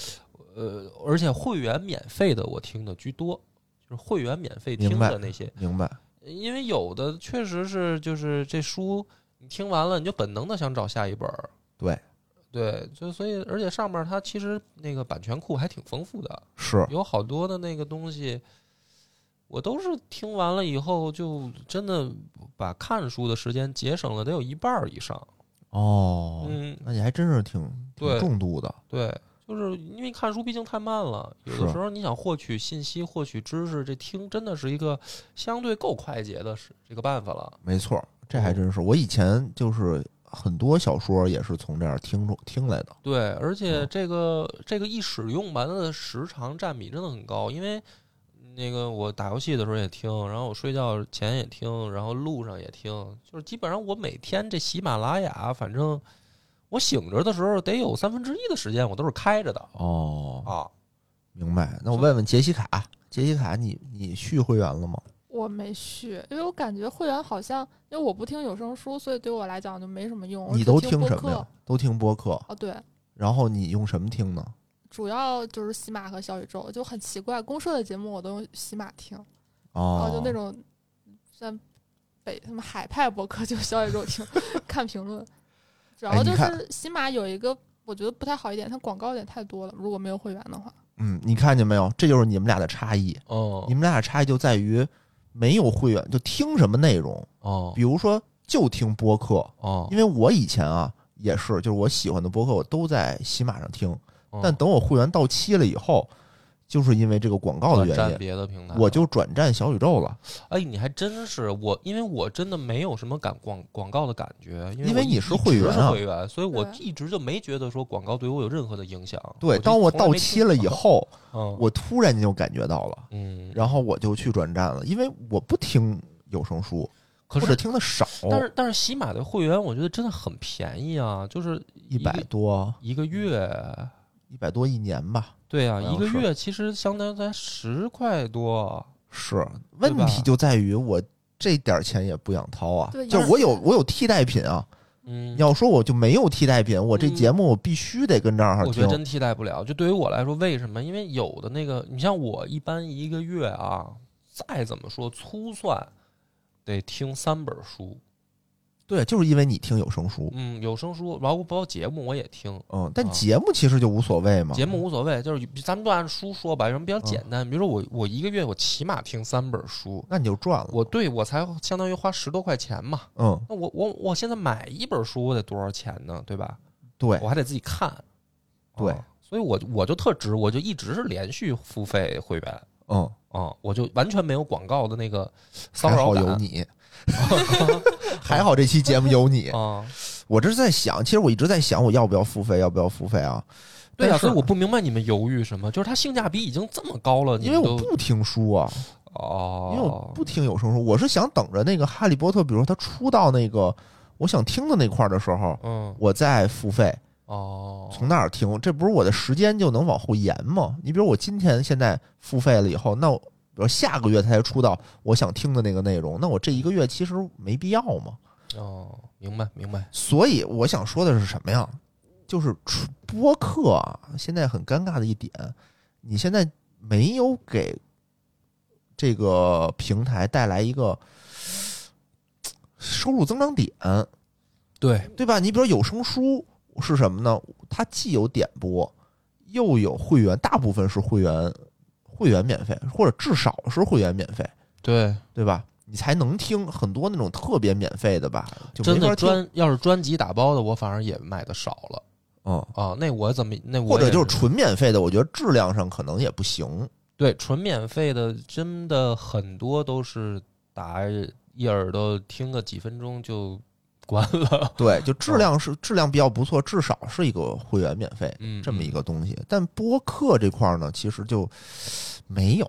Speaker 2: 呃，而且会员免费的我听的居多，就是会员免费听
Speaker 1: 明白
Speaker 2: 的那些，
Speaker 1: 明白，
Speaker 2: 因为有的确实是就是这书你听完了，你就本能的想找下一本儿。
Speaker 1: 对
Speaker 2: 对，就所以而且上面它其实那个版权库还挺丰富的，
Speaker 1: 是
Speaker 2: 有好多的那个东西，我都是听完了以后就真的把看书的时间节省了得有一半儿以上。
Speaker 1: 哦，
Speaker 2: 嗯，
Speaker 1: 那你还真是挺挺
Speaker 2: 对
Speaker 1: 重度的，
Speaker 2: 对，就是因为看书毕竟太慢了，有的
Speaker 1: 是
Speaker 2: 时候你想获取信息、获取知识，这听真的是一个相对够快捷的是这个办法了。
Speaker 1: 没错，这
Speaker 2: 嗯
Speaker 1: 还真是。我以前就是很多小说也是从这儿听出听来的，
Speaker 2: 对，而且
Speaker 1: 嗯
Speaker 2: 这个、这个一使用吧，它的时长占比真的很高，因为。那个我打游戏的时候也听，然后我睡觉前也听，然后路上也听，就是基本上我每天这喜马拉雅，反正我醒着的时候得有三分之一的时间我都是开着的
Speaker 1: 哦，
Speaker 2: 啊。
Speaker 1: 明白。那我问问杰西卡，杰西卡，你你续会员了吗？
Speaker 3: 我没续，因为我感觉会员好像，因为我不听有声书，所以对我来讲就没什么用。我
Speaker 1: 你
Speaker 3: 只
Speaker 1: 都
Speaker 3: 听
Speaker 1: 听
Speaker 3: 播
Speaker 1: 什么
Speaker 3: 客
Speaker 1: 呀？？都听播客，
Speaker 3: 哦，对，
Speaker 1: 然后你用什么听呢？
Speaker 3: 主要就是喜马和小宇宙，就很奇怪，公社的节目我都用喜马听，然
Speaker 1: 哦
Speaker 3: 后就那种像北什么海派博客就小宇宙听，看评 论。主
Speaker 1: 哎
Speaker 3: 要
Speaker 1: 你
Speaker 3: 就
Speaker 1: 看
Speaker 3: 是喜马有一个我觉得不太好一点，它广告有点太多了，如果没有会员的话。
Speaker 1: 嗯，你看见没有？这就是你们俩的差异。
Speaker 2: 哦
Speaker 1: 你们俩的差异就在于没有会员就听什么内容，
Speaker 2: 哦
Speaker 1: 比如说就听播客，
Speaker 2: 哦，
Speaker 1: 因为我以前啊也是，就是我喜欢的播客我都在喜马上听，
Speaker 2: 哦
Speaker 1: 但等我会员到期了以后，就是因为这个广告的
Speaker 2: 转
Speaker 1: 原
Speaker 2: 战
Speaker 1: 因，
Speaker 2: 别的平台，
Speaker 1: 我就转战小宇宙了，
Speaker 2: 哎，你还真是我，因为我真的没有什么感广广告的感觉，因为
Speaker 1: 因为
Speaker 2: 我
Speaker 1: 你
Speaker 2: 一
Speaker 1: 是
Speaker 2: 直
Speaker 1: 会员
Speaker 2: 是
Speaker 1: 啊
Speaker 2: 会员，所以我
Speaker 3: 对
Speaker 2: 一直就没觉得说广告对我有任何的影响。
Speaker 1: 对，
Speaker 2: 就
Speaker 1: 当我
Speaker 2: 从来
Speaker 1: 到
Speaker 2: 没
Speaker 1: 期
Speaker 2: 听
Speaker 1: 了以
Speaker 2: 广告，
Speaker 1: 后，
Speaker 2: 嗯，
Speaker 1: 我突然间就感觉到了，
Speaker 2: 嗯，
Speaker 1: 然后我就去转战了，因为我不听有声书，
Speaker 2: 可
Speaker 1: 或者哦
Speaker 2: 是
Speaker 1: 听的少，
Speaker 2: 但是但是喜马的会员，我觉得真的很便宜啊，就是
Speaker 1: 一百
Speaker 2: 个
Speaker 1: 多，
Speaker 2: 一个月，
Speaker 1: 一百多一年吧。
Speaker 2: 对啊，
Speaker 1: 好像
Speaker 2: 一个
Speaker 1: 哎是
Speaker 2: 月其实相当于才十块多，
Speaker 1: 是，
Speaker 2: 对
Speaker 1: 问
Speaker 2: 吧
Speaker 1: 题就在于我这点儿钱也不想掏啊
Speaker 3: 对，
Speaker 1: 就
Speaker 3: 而
Speaker 1: 我有
Speaker 3: 且
Speaker 1: 我有替代品啊。你，
Speaker 2: 嗯
Speaker 1: 要说我就没有替代品，我这
Speaker 2: 嗯
Speaker 1: 节目我必须得跟这儿
Speaker 2: 我觉
Speaker 1: 听
Speaker 2: 得。真替代不了。就对于我来说，为什么？因为有的那个，你像我一般一个月啊，再怎么说粗算，得听三本书，
Speaker 1: 对，就是因为你听有声书，
Speaker 2: 嗯，有声书，然后包括节目我也听。
Speaker 1: 嗯，但
Speaker 2: 啊
Speaker 1: 节目其实就无所谓嘛。
Speaker 2: 节目无所谓，就是咱们就按书说吧，有什
Speaker 1: 哦
Speaker 2: 么比较简单？比如说我我一个月我起码听三本书，
Speaker 1: 那你就赚了。
Speaker 2: 我对我才相当于花十多块钱嘛。
Speaker 1: 嗯，
Speaker 2: 那我我我现在买一本书我得多少钱呢？对吧？
Speaker 1: 对
Speaker 2: 我还得自己看。
Speaker 1: 对
Speaker 2: 啊所以我我就特值，我就一直是连续付费会员。
Speaker 1: 嗯，
Speaker 2: 啊、我就完全没有广告的那个骚
Speaker 1: 还
Speaker 2: 扰
Speaker 1: 好
Speaker 2: 感
Speaker 1: 有 你，还好这期节目有你。
Speaker 2: 啊、
Speaker 1: 我这是在想，其实我一直在想，我要不要付费，要不要付费啊？
Speaker 2: 对
Speaker 1: 但
Speaker 2: 啊，
Speaker 1: 是
Speaker 2: 所以我不明白你们犹豫什么，就是它性价比已经这么高了，你
Speaker 1: 因为
Speaker 2: 们
Speaker 1: 我
Speaker 2: 都
Speaker 1: 不听书啊，
Speaker 2: 哦，
Speaker 1: 因为我不听有声书，我是想等着那个《哈利波特》，比如说它出到那个我想听的那块儿的时候，
Speaker 2: 嗯
Speaker 1: 我再付费
Speaker 2: 哦，
Speaker 1: 从那儿听。这不是我的时间就能往后延吗？你比如我今天现在付费了以后，那我比如下个月它才出到我想听的那个内容，那我这一个月其实没必要嘛。
Speaker 2: 哦，明白明白，
Speaker 1: 所以我想说的是什么呀？就是出播客啊，现在很尴尬的一点，你现在没有给这个平台带来一个收入增长点，
Speaker 2: 对，
Speaker 1: 对吧？你比如有声书是什么呢？它既有点播，又有会员，大部分是会员，会员免费，或者至少是会员免费，
Speaker 2: 对，
Speaker 1: 对吧？你才能听很多那种特别免费的吧，就
Speaker 2: 真
Speaker 1: 没法
Speaker 2: 的
Speaker 1: 听。
Speaker 2: 专要是专辑打包的，我反而也买的少了
Speaker 1: 嗯，
Speaker 2: 啊。那我怎么那我
Speaker 1: 或者
Speaker 2: 也
Speaker 1: 就是纯免费的，我觉得质量上可能也不行。
Speaker 2: 对纯免费的，真的很多都是打一耳朵听个几分钟就 关了，
Speaker 1: 对，就质量是质量比较不错，至少是一个会员免费
Speaker 2: 嗯，
Speaker 1: 这么一
Speaker 2: 嗯
Speaker 1: 个东西。但播客这块儿呢，其实就没有，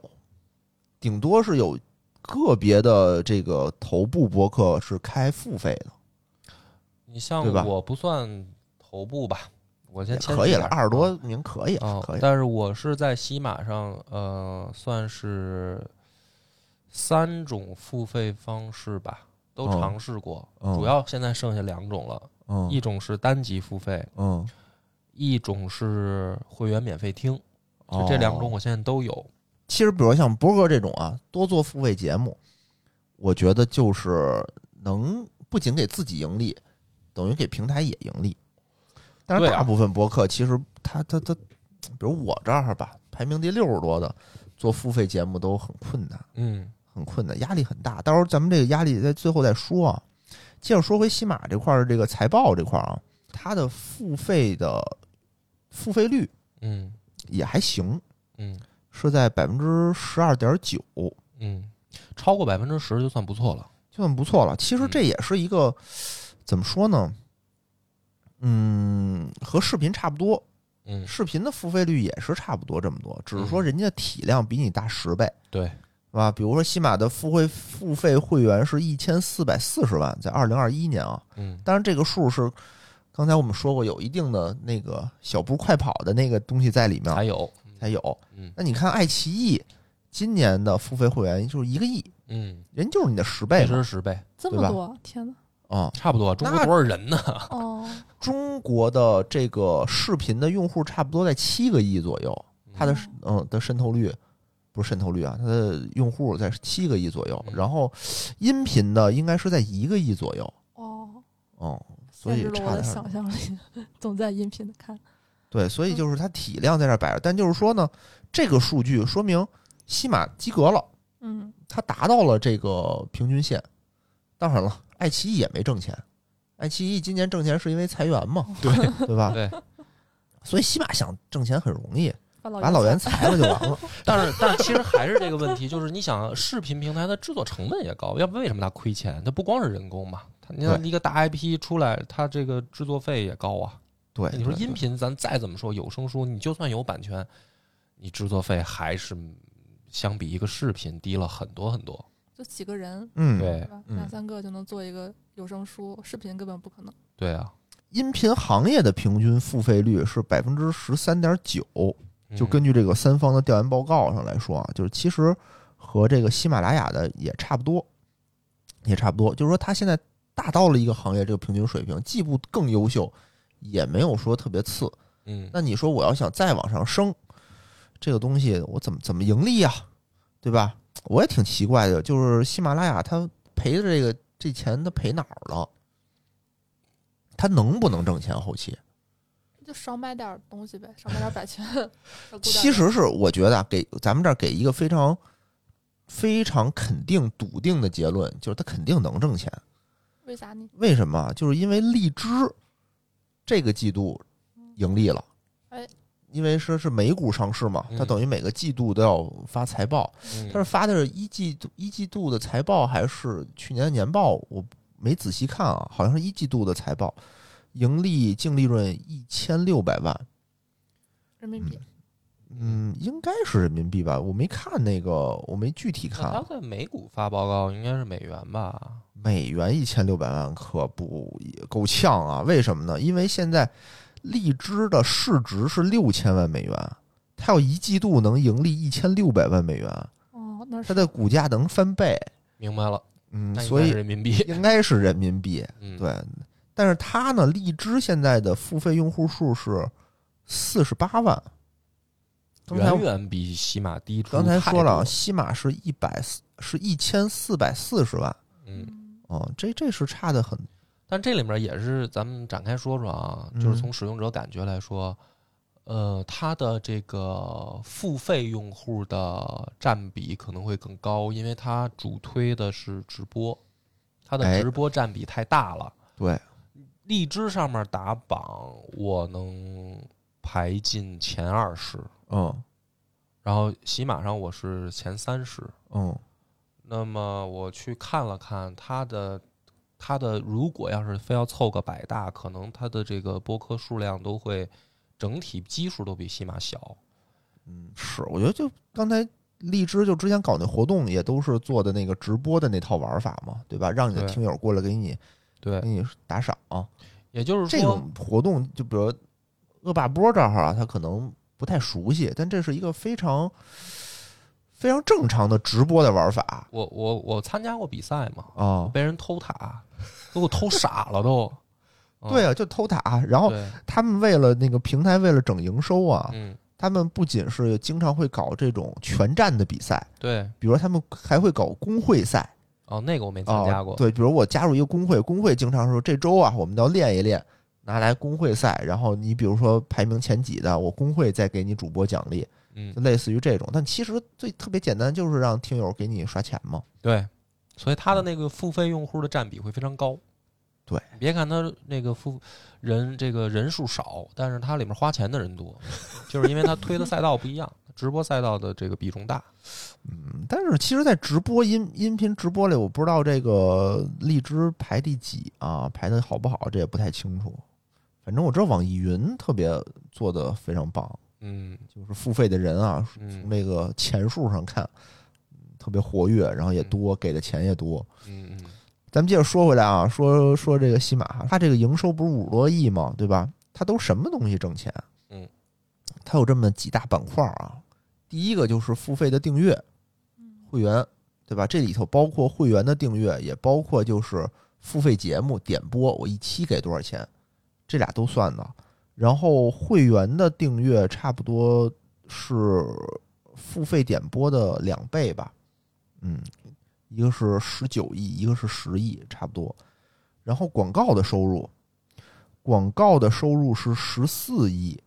Speaker 1: 顶多是有个别的这个头部播客是开付费的，
Speaker 2: 你像
Speaker 1: 对吧
Speaker 2: 我不算头部吧，我先
Speaker 1: 也
Speaker 2: 谦
Speaker 1: 可以
Speaker 2: 虚
Speaker 1: 了，
Speaker 2: 点
Speaker 1: 二十多名可以
Speaker 2: 啊
Speaker 1: 了，，可以了。
Speaker 2: 但是我是在西马上，呃，算是三种付费方式吧，都
Speaker 1: 嗯
Speaker 2: 尝试过，
Speaker 1: 嗯
Speaker 2: 主要现在剩下两种了，一
Speaker 1: 嗯
Speaker 2: 种是单集付费，
Speaker 1: 嗯，
Speaker 2: 一种是会员免费听，就这两种
Speaker 1: 哦。
Speaker 2: 我现在都有。
Speaker 1: 其实，比如像波哥这种啊，多做付费节目，我觉得就是能不仅给自己盈利，等于给平台也盈利。但是
Speaker 2: 对啊
Speaker 1: 大部分博客其实他他他，比如我这儿吧，排名第六十多的，做付费节目都很困难，
Speaker 2: 嗯，
Speaker 1: 很困难，压力很大。到时候咱们这个压力在最后再说啊。接着说回西马这块儿的这个财报这块儿啊，它的付费的付费率
Speaker 2: 嗯，
Speaker 1: 也还行，
Speaker 2: 嗯，
Speaker 1: 是在百分之十二点九，
Speaker 2: 嗯，超过百分之十就算不错了。
Speaker 1: 就算不错了。
Speaker 2: 嗯
Speaker 1: 其实这也是一个、怎么说呢？嗯，和视频差不多，
Speaker 2: 嗯，
Speaker 1: 视频的付费率也是差不多这么多，只是说
Speaker 2: 嗯
Speaker 1: 人家体量比你大十倍，
Speaker 2: 对，
Speaker 1: 是吧？比如说西马的付费付费会员是一千四百四十万，在二零二一年啊，
Speaker 2: 嗯，
Speaker 1: 当然这个数是刚才我们说过有一定的那个小步快跑的那个东西在里面
Speaker 2: 还有，
Speaker 1: 才有。
Speaker 2: 嗯
Speaker 1: 那你看爱奇艺今年的付费会员就是一个亿，
Speaker 2: 嗯，
Speaker 1: 人就是你的十倍
Speaker 2: 确
Speaker 1: 嘛
Speaker 2: 实是十倍。
Speaker 3: 这
Speaker 1: 对
Speaker 3: 么
Speaker 1: 吧
Speaker 3: 多，天哪！
Speaker 1: 啊，
Speaker 2: 差不多，中国
Speaker 1: 那
Speaker 2: 多少人呢？
Speaker 3: 哦，
Speaker 1: 中国的这个视频的用户差不多在七个亿左右，它的
Speaker 3: 嗯
Speaker 1: 嗯的渗透率不是渗透率啊，它的用户在七个亿左右，
Speaker 2: 嗯
Speaker 1: 然后音频的应该是在一个亿左右，
Speaker 3: 哦，
Speaker 1: 哦、所
Speaker 3: 限
Speaker 1: 以
Speaker 3: 制了
Speaker 1: 差
Speaker 3: 我
Speaker 1: 得
Speaker 3: 的
Speaker 1: 太
Speaker 3: 想象力， 总在音频的看。
Speaker 1: 对，所以
Speaker 3: 嗯
Speaker 1: 就是它体量在这儿摆着，但就是说呢，这个数据说明西马及格了，
Speaker 3: 嗯，
Speaker 1: 它达到了这个平均线。当然了，爱奇艺也没挣钱，爱奇艺今年挣钱是因为裁员嘛，对对吧？
Speaker 2: 对，
Speaker 1: 所以西马想挣钱很容易，
Speaker 3: 把老
Speaker 1: 把老袁
Speaker 3: 袁
Speaker 1: 裁了就完了。
Speaker 2: 但是但是其实还是这个问题，就是你想视频平台的制作成本也高，要不为什么它亏钱？它不光是人工嘛，它你看
Speaker 1: 对
Speaker 2: 一个大 IP 出来，它这个制作费也高啊。
Speaker 1: 对，
Speaker 2: 你说
Speaker 1: 哎对
Speaker 2: 音，频，咱再怎么说有声书，你就算有版权，你制作费还是相比一个视频低了很多很多。
Speaker 3: 就几个人，
Speaker 1: 嗯，，
Speaker 3: 对
Speaker 2: 对
Speaker 3: 吧？
Speaker 1: 嗯
Speaker 3: 两三个就能做一个有声书，视频根本不可能。
Speaker 2: 对啊，
Speaker 1: 音频行业的平均付费率是百分之十三点九，
Speaker 2: 嗯
Speaker 1: 就根据这个三方的调研报告上来说啊，就是其实和这个喜马拉雅的也差不多，也差不多。就是说，它现在达到了一个行业这个平均水平，既不更优秀，也没有说特别次。
Speaker 2: 嗯
Speaker 1: 那你说我要想再往上升，这个东西我怎么怎么盈利呀、对吧？我也挺奇怪的，就是喜马拉雅它赔的这个这钱，它赔哪儿了？它能不能挣钱？后期？
Speaker 3: 就少买点儿东西呗，少买点儿 版权。少雇点儿
Speaker 1: 其
Speaker 3: 人
Speaker 1: 实是我觉得啊，给咱们这儿给一个非常非常肯定、笃定的结论，就是他肯定能挣钱。
Speaker 3: 为啥呢？
Speaker 1: 为什么？就是因为荔枝这个季度盈利了，
Speaker 3: 哎，
Speaker 1: 因为说是美股上市嘛，
Speaker 2: 嗯
Speaker 1: 它等于每个季度都要发财报，
Speaker 2: 嗯
Speaker 1: 它是发的是一季度一季度的财报还是去年的年报？我没仔细看啊，好像是一季度的财报，盈利净利润一千六百万，
Speaker 3: 人民币。
Speaker 1: 嗯，应该是人民币吧，我没看那个，我没具体看
Speaker 2: 那它
Speaker 1: 啊。
Speaker 2: 在美股发报告应该是美元吧？
Speaker 1: 美元一千六百万可不也够呛啊？为什么呢？因为现在荔枝的市值是六千万美元，它要一季度能盈利一千六百万美元，
Speaker 3: 哦，那
Speaker 1: 嗯它
Speaker 3: 是
Speaker 1: 的股价能翻倍。
Speaker 2: 明白了，
Speaker 1: 嗯
Speaker 2: 那，应
Speaker 1: 所
Speaker 2: 该是
Speaker 1: 以
Speaker 2: 人民币。
Speaker 1: 应该是人民币。
Speaker 2: 嗯，
Speaker 1: 对，但是它呢，荔枝现在的付费用户数是四十八万。刚才
Speaker 2: 远远比喜马低出
Speaker 1: 刚才
Speaker 2: 太
Speaker 1: 说了
Speaker 2: 多
Speaker 1: 啊，西马是一百四，是一千四百四十万。
Speaker 2: 嗯，
Speaker 3: 嗯
Speaker 1: 哦，这这是差的很，
Speaker 2: 但这里面也是咱们展开说说啊，
Speaker 1: 嗯
Speaker 2: 就是从使用者感觉来说，呃，它的这个付费用户的占比可能会更高，因为它主推的是直播，它
Speaker 1: 哎
Speaker 2: 的直播占比太大了。
Speaker 1: 对，
Speaker 2: 荔枝上面打榜，我能排进前二十，
Speaker 1: 嗯
Speaker 2: 然后喜马上我是前三十。
Speaker 1: 嗯
Speaker 2: 那么我去看了看它的，它的如果要是非要凑个百大，可能它的这个播客数量都会整体基数都比西马小。
Speaker 1: 嗯，是，我觉得就刚才荔枝就之前搞那活动也都是做的那个直播的那套玩法嘛，对吧？让你的
Speaker 2: 对
Speaker 1: 听友过来给你
Speaker 2: 对
Speaker 1: 给，你打赏，啊
Speaker 2: 也就是
Speaker 1: 嗯这
Speaker 2: 说，
Speaker 1: 种活动就比如恶霸波这儿啊，他可能不太熟悉，但这是一个非常非常正常的直播的玩法
Speaker 2: 我我我参加过比赛嘛，
Speaker 1: 啊。
Speaker 2: 被人偷塔，都给我偷傻了都。嗯
Speaker 1: 对啊，就偷塔，然后
Speaker 2: 对，
Speaker 1: 他们为了那个平台，为了整营收啊，
Speaker 2: 嗯，
Speaker 1: 他们不仅是经常会搞这种全站的比赛，
Speaker 2: 对，
Speaker 1: 比如他们还会搞工会赛
Speaker 2: 哦，那个我没
Speaker 1: 啊、
Speaker 2: 参加过。
Speaker 1: 对，比如我加入一个工会，工会经常说这周啊，我们要练一练，拿来工会赛，然后你比如说排名前几的，我工会再给你主播奖励，
Speaker 2: 嗯
Speaker 1: 就，类似于这种。但其实最特别简单，就是让听友给你刷钱嘛。
Speaker 2: 对，所以它的那个付费用户的占比会非常高。
Speaker 1: 对，
Speaker 2: 别看它那个付人这个人数少，但是它里面花钱的人多， 就是因为它推的赛道不 一样，直播赛道的这个比重大。
Speaker 1: 嗯，但是其实，在直播音音频直播里，我不知道这个荔枝排第几啊，排的好不好，这也不太清楚。反正我知道网易云特别做的非常棒，
Speaker 2: 嗯
Speaker 1: 就是付费的人啊，从
Speaker 2: 嗯
Speaker 1: 这个钱数上看，嗯特别活跃，然后也
Speaker 2: 嗯
Speaker 1: 多，给的钱也多。
Speaker 2: 嗯嗯，
Speaker 1: 咱们接着说回来啊，说说这个西马，它这个营收不是五十多亿嘛，对吧？它都什么东西挣钱？
Speaker 2: 嗯，
Speaker 1: 它有这么几大板块啊。第一个就是付费的订阅
Speaker 3: 嗯
Speaker 1: 会员，对吧？这里头包括会员的订阅，也包括就是付费节目点播，我一期给多少钱，这俩都算的。然后会员的订阅差不多是付费点播的两倍吧，嗯，一个是十九亿，一个是十亿，差不多。然后广告的收入，广告的收入是十四亿，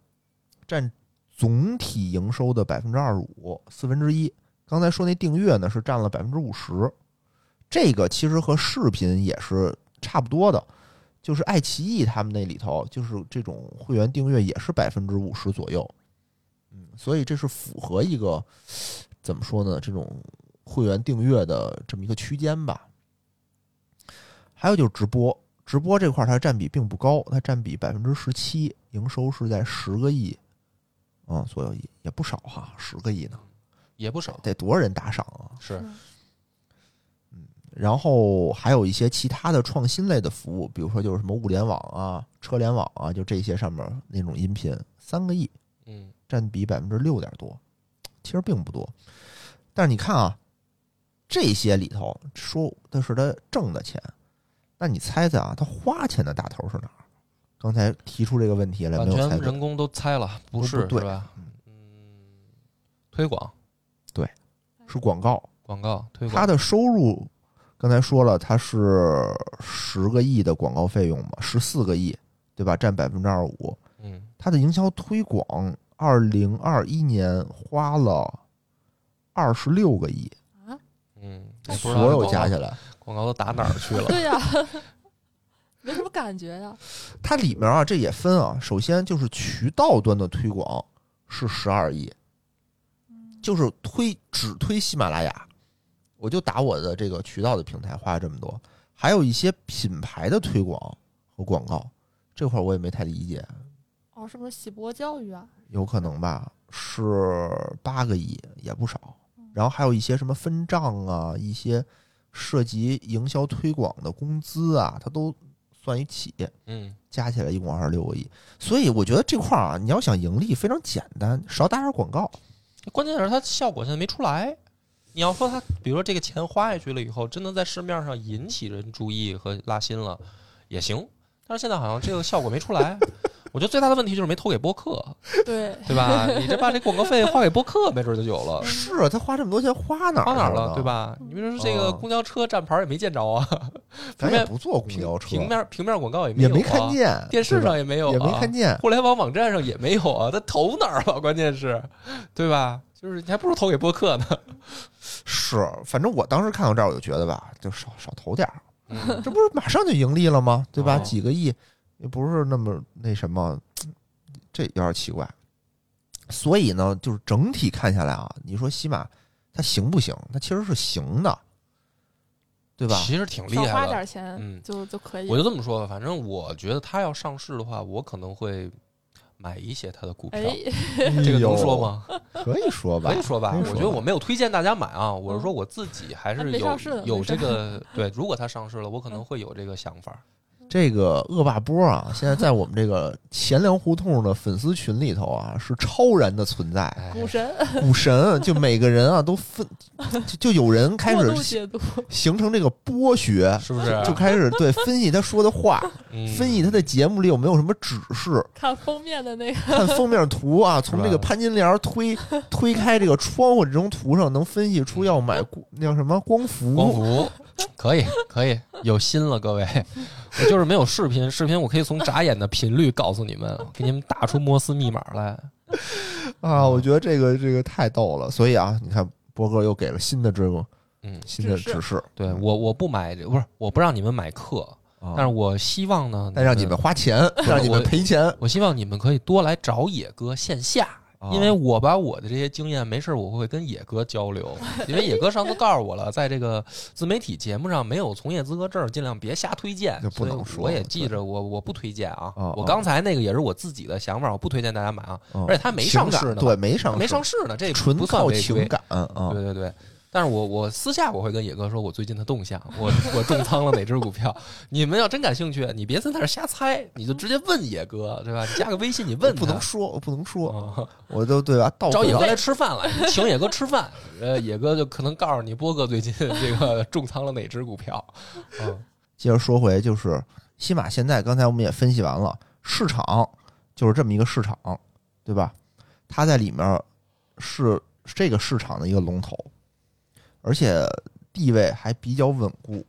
Speaker 1: 占总体营收的百分之二十五，四分之一。刚才说那订阅呢是占了百分之五十，这个其实和视频也是差不多的，就是爱奇艺他们那里头就是这种会员订阅也是百分之五十左右，嗯，所以这是符合一个怎么说呢这种会员订阅的这么一个区间吧。还有就是直播，直播这块儿它占比并不高，它占比百分之十七，营收是在十个亿，啊、左右也也不少哈，十个亿呢，
Speaker 2: 也不少，
Speaker 1: 得多少人打赏啊？
Speaker 2: 是
Speaker 1: 然后还有一些其他的创新类的服务，比如说就是什么物联网啊、车联网啊，就这些上面那种音频，三个亿
Speaker 2: 嗯，
Speaker 1: 占比百分之六点多，其实并不多。但是你看啊，这些里头说的是他挣的钱，那你猜猜啊，他花钱的大头是哪儿？刚才提出这个问题来，
Speaker 2: 版
Speaker 1: 没有猜
Speaker 2: 权
Speaker 1: 对。
Speaker 2: 人工都猜了，不
Speaker 1: 不
Speaker 2: 是
Speaker 1: 对
Speaker 2: 是吧？嗯，推广
Speaker 1: 是广告，
Speaker 2: 广告推
Speaker 1: 它
Speaker 2: 广，
Speaker 1: 的收入刚才说了，它是十个亿的广告费用嘛，十四个亿，对吧？占百分之二十五。
Speaker 2: 嗯，
Speaker 1: 它的营销推广，二零二一年花了二十六个亿，
Speaker 3: 啊，
Speaker 2: 嗯，
Speaker 3: 那
Speaker 2: 也不知道
Speaker 1: 所
Speaker 2: 这
Speaker 1: 有
Speaker 2: 广
Speaker 1: 加
Speaker 2: 告
Speaker 1: 起来，
Speaker 2: 广告都打哪儿去了？
Speaker 3: 对呀、 没什么感觉呀、
Speaker 1: 它里面啊，这也分啊。首先就是渠道端的推广是十二亿，就是推只推喜马拉雅，我就打我的这个渠道的平台花了这么多，还有一些品牌的推广和广告，这块儿我也没太理解，
Speaker 3: 哦，是不是喜博教育啊？
Speaker 1: 有可能吧，是八个亿也不少。然后还有一些什么分账啊，一些涉及营销推广的工资啊，它都算一起。
Speaker 2: 嗯，
Speaker 1: 加起来一共二十六个亿。所以我觉得这块儿啊，你要想盈利非常简单，少打点广告。
Speaker 2: 关键是它效果现在没出来。你要说它，比如说这个钱花下去了以后，真的在市面上引起人注意和拉新了，也行。但是现在好像这个效果没出来。我觉得最大的问题就是没投给播客，
Speaker 3: 对，
Speaker 2: 对吧？你这把这广告费花给播客，没准就有
Speaker 3: 嗯
Speaker 2: 了。
Speaker 1: 是啊，他花这么多钱花哪儿
Speaker 2: 花哪儿
Speaker 1: 了
Speaker 2: 了，
Speaker 1: 呢
Speaker 2: 对？吧？你比如说这个
Speaker 1: 嗯
Speaker 2: 公交车站牌儿也没见着啊，
Speaker 1: 咱
Speaker 2: 平
Speaker 1: 也
Speaker 2: 面
Speaker 1: 不坐公
Speaker 2: 平
Speaker 1: 交车，
Speaker 2: 平面平面广告也没
Speaker 1: 也
Speaker 2: 有、啊，
Speaker 1: 没看，见，
Speaker 2: 电视
Speaker 1: 对吧
Speaker 2: 上也没有、啊，
Speaker 1: 也没看，见。
Speaker 2: 互联网网站上也没有啊，它投哪儿了？关键是，对吧？就是你还不如投给播客呢。
Speaker 1: 是，反正我当时看到这儿，我就觉得吧，就少少投点儿，
Speaker 2: 嗯
Speaker 1: 这不是马上就盈利了吗？对吧？
Speaker 2: 哦
Speaker 1: 几个亿也不是那么那什么，这有点奇怪。所以呢，就是整体看下来啊，你说西马它行不行？它其实是行的，对吧？
Speaker 2: 其实挺厉
Speaker 3: 少花
Speaker 2: 害的
Speaker 3: 点。钱
Speaker 2: 嗯
Speaker 3: 就、就可以
Speaker 2: 我。就这么说吧，反正我觉得它要上市的话，我可能会买一些它的股票。
Speaker 3: 哎，
Speaker 2: 这个
Speaker 1: 哎呦
Speaker 2: 能说？吗？
Speaker 1: 可以说吧，
Speaker 2: 可以说吧，
Speaker 1: 可以
Speaker 2: 我觉得我没有推荐大家买啊，我是
Speaker 3: 嗯
Speaker 2: 说我自己还
Speaker 3: 还
Speaker 2: 是
Speaker 3: 没
Speaker 2: 有
Speaker 3: 上市呢
Speaker 2: 有
Speaker 3: 没
Speaker 2: 这
Speaker 3: 事
Speaker 2: 个 对，如果它上市了，我可能会有这个想法。
Speaker 1: 这个恶霸波啊，现在在我们这个贤良胡同的粉丝群里头啊，是超然的存在，
Speaker 2: 哎
Speaker 3: 股神
Speaker 1: 股神就每个人啊都分，就就有人开
Speaker 3: 过度
Speaker 1: 始
Speaker 3: 解读，
Speaker 1: 形成这个波学，
Speaker 2: 是不是？
Speaker 1: 就开始对分析他说的话，
Speaker 2: 嗯
Speaker 1: 分析他的节目里有没有什么指示，
Speaker 3: 看封面的那个，
Speaker 1: 看封面图 啊，从这个
Speaker 2: 是吧
Speaker 1: 潘金莲推推开这个窗户这张图上，能分析出要买那叫什么光伏，
Speaker 2: 嗯光伏可以可以有心了，各位， 我就是没有视频，视频我可以从眨眼的频率告诉你们，我给你们打出摩斯密码来。
Speaker 1: 啊，
Speaker 3: 嗯
Speaker 1: 我觉得这个这个太逗了，所以啊，你看波哥又给了新的这种
Speaker 2: 嗯，
Speaker 1: 新的
Speaker 3: 指示嗯
Speaker 1: 指示，
Speaker 2: 对我我不买这，不是我不让你们买课，
Speaker 1: 啊，
Speaker 2: 但是我希望呢，
Speaker 1: 但让你们花钱，让你们赔钱，
Speaker 2: 我希望你们可以多来找野哥线下，
Speaker 1: 啊
Speaker 2: 因为我把我的这些经验，没事儿我会跟野哥 交流，因为野哥上次告诉我了，在这个自媒体节目上没有从业资格证儿，尽量别瞎推荐
Speaker 1: 这，不能
Speaker 2: 所以
Speaker 1: 说
Speaker 2: 我也
Speaker 1: 对
Speaker 2: 记着，我我不推荐啊
Speaker 1: 哦，
Speaker 2: 我
Speaker 1: 哦
Speaker 2: 刚才那个也是我自己的想法，我不推荐大家买啊，
Speaker 1: 嗯
Speaker 2: 而且他没上市
Speaker 1: 情感
Speaker 2: 呢，
Speaker 1: 对，，没上
Speaker 2: 没上
Speaker 1: 市，
Speaker 2: 市呢，这
Speaker 1: 纯
Speaker 2: 不算
Speaker 1: 靠
Speaker 2: 违规
Speaker 1: 情感啊
Speaker 2: 对对对。但是我我私下我会跟野哥说，我最近的动向，我我重仓了哪只股票。你们要真感兴趣，你别在那儿瞎猜，你就直接问野哥，对吧？你加个微信，你问
Speaker 1: 不
Speaker 2: 他
Speaker 1: 能说，我不能说，
Speaker 2: 哦
Speaker 1: 我都对吧？到
Speaker 2: 找野
Speaker 1: 野
Speaker 2: 哥来吃饭来，请野哥吃饭， 呃，野哥就可能告诉你波哥最近这个重仓了哪只股票。嗯，
Speaker 1: 接着说回，就是西马现在，刚才我们也分析完了，市场就是这么一个市场，对吧？它在里面是这个市场的一个龙头，而且地位还比较稳固。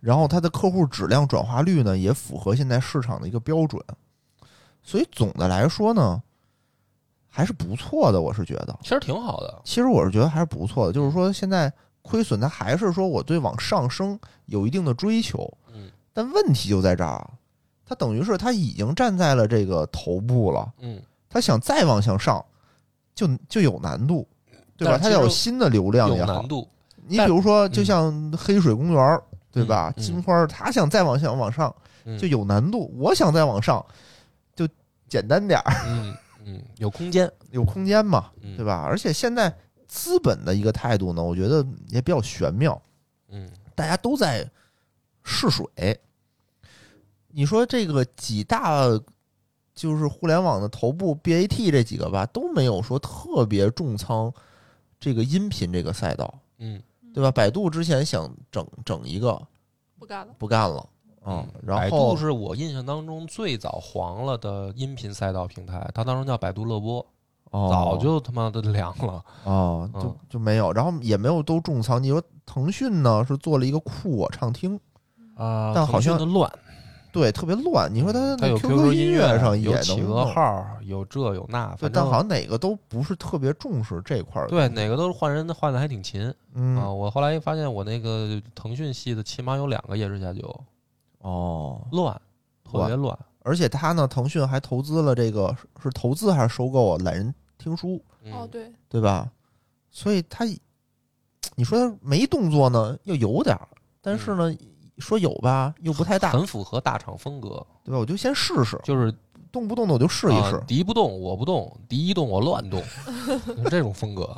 Speaker 1: 然后它的客户质量转化率呢，也符合现在市场的一个标准，所以总的来说呢，还是不错的。我是觉得，
Speaker 2: 其实挺好的。
Speaker 1: 其实我是觉得还是不错的，就是说现在亏损，它还是说我对往上升有一定的追求，
Speaker 2: 嗯
Speaker 1: 但问题就在这儿，啊它等于是它已经站在了这个头部了，
Speaker 2: 嗯，
Speaker 1: 它想再往向上，就就有难度，对吧？
Speaker 2: 但是
Speaker 1: 它
Speaker 2: 其实
Speaker 1: 要有新的流量
Speaker 2: 有
Speaker 1: 也好
Speaker 2: 难，度。
Speaker 1: 你
Speaker 2: 但嗯
Speaker 1: 比如说，就像黑水公园儿，对吧？
Speaker 2: 嗯嗯
Speaker 1: 金花儿，他想再往上往上
Speaker 2: 嗯
Speaker 1: 就有难度，我想再往上就简单点儿，
Speaker 2: 嗯嗯，有空间，
Speaker 1: 有空间嘛，
Speaker 2: 嗯
Speaker 1: 对吧？而且现在资本的一个态度呢，我觉得也比较玄妙，
Speaker 2: 嗯
Speaker 1: 大家都在试水。你说这个几大就是互联网的头部 BAT 这几个吧，都没有说特别重仓这个音频这个赛道，
Speaker 2: 嗯
Speaker 1: 对吧？百度之前想整整一个，
Speaker 3: 不干了。
Speaker 1: 不干了。嗯，
Speaker 2: 百
Speaker 1: 然
Speaker 2: 度
Speaker 1: 后
Speaker 2: 是我印象当中最早黄了的音频赛道平台，它当时叫百度乐播，
Speaker 1: 哦
Speaker 2: 早就他妈的凉了。
Speaker 1: 哦，就
Speaker 2: 嗯
Speaker 1: 就没有，然后也没有都重仓。你说腾讯呢是做了一个酷我畅听，
Speaker 2: 啊
Speaker 1: 但好像
Speaker 2: 的乱，
Speaker 1: 对，特别乱。你说它
Speaker 2: 它
Speaker 1: 那
Speaker 2: 嗯有
Speaker 1: QQ
Speaker 2: 音
Speaker 1: 音乐上也
Speaker 2: 有
Speaker 1: 能
Speaker 2: 企鹅
Speaker 1: 弄
Speaker 2: 号，有这有那，
Speaker 1: 对，
Speaker 2: 反
Speaker 1: 但
Speaker 2: 正
Speaker 1: 好像哪个都不是特别重视这块儿。
Speaker 2: 对哪个都是换人，换的还挺勤啊。
Speaker 1: 嗯，
Speaker 2: 我后来发现，我那个腾讯系的起码有两个夜市下酒，
Speaker 1: 哦，
Speaker 2: 乱，特别乱。
Speaker 1: 而且它呢，腾讯还投资了这个是是投资还是收购啊？懒人听书，
Speaker 2: 嗯
Speaker 3: 哦，，对，
Speaker 1: 对吧？所以它，你说它没动作呢，又有点儿，但是呢，说有吧，又不太大，
Speaker 2: 嗯很符合大厂风格，
Speaker 1: 对吧？我就先试试，
Speaker 2: 就是
Speaker 1: 动不动的我就试一试
Speaker 2: 啊。敌不动我不动，敌一动我乱 动，就是这种风格。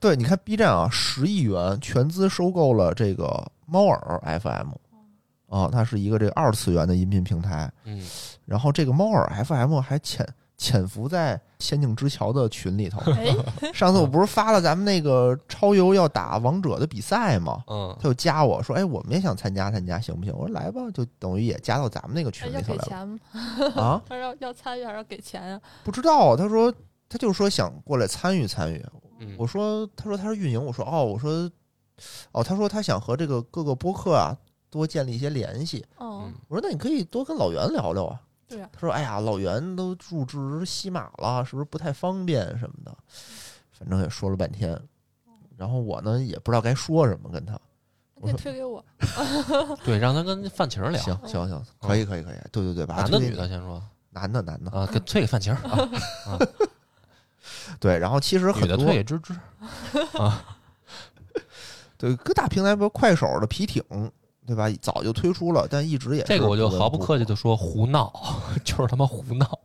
Speaker 1: 对，你看 B 站啊，十亿元全资收购了这个猫耳 FM，啊，它是一个这个二次元的音频平台。
Speaker 2: 嗯，
Speaker 1: 然后这个猫耳 FM 还潜潜伏在《仙境之桥》的群里头。
Speaker 3: 哎，
Speaker 1: 上次我不是发了咱们那个超游要打王者的比赛吗？
Speaker 2: 嗯
Speaker 1: 他，就加我说：“哎，我们也想参加参加，行不行？”我说：“来吧。”就等于也加到咱们那个
Speaker 3: 哎
Speaker 1: 群
Speaker 3: 要
Speaker 1: 里头
Speaker 3: 给
Speaker 1: 来
Speaker 3: 钱吗？
Speaker 1: 了啊。
Speaker 3: 他说要要参与还是要给钱呀？
Speaker 1: 不知道，啊他说他就说想过来参与参与，
Speaker 2: 嗯
Speaker 1: 我说，他说他是运营，我说哦，我说哦，他说他想和这个各个播客啊多建立一些联系。
Speaker 3: 嗯，
Speaker 1: 我说那你可以多跟老袁聊聊啊。
Speaker 3: 对啊
Speaker 1: 他说哎呀，老袁都入职西马了，是不是不太方便什么的？反正也说了半天，
Speaker 3: 哦
Speaker 1: 然后我呢也不知道该说什么跟他。
Speaker 3: 你可以推给我。
Speaker 2: 对，让他跟范晴儿聊，
Speaker 1: 行
Speaker 3: 哦
Speaker 1: 行行，可以可以可以，对对对，把他
Speaker 2: 哦男的
Speaker 1: 推
Speaker 2: 女
Speaker 1: 给
Speaker 2: 的先说
Speaker 1: 男的男的，
Speaker 2: 啊，给退给范晴儿，啊
Speaker 1: 对。然后其实
Speaker 2: 女
Speaker 1: 很
Speaker 2: 的
Speaker 1: 多
Speaker 2: 退给芝芝。
Speaker 1: 对各大平台，比如快手的皮艇，对吧？早就推出了，但一直也
Speaker 2: 这
Speaker 1: 是
Speaker 2: 个我就
Speaker 1: 闻
Speaker 2: 毫不客气的说，胡闹， 就是他妈胡闹，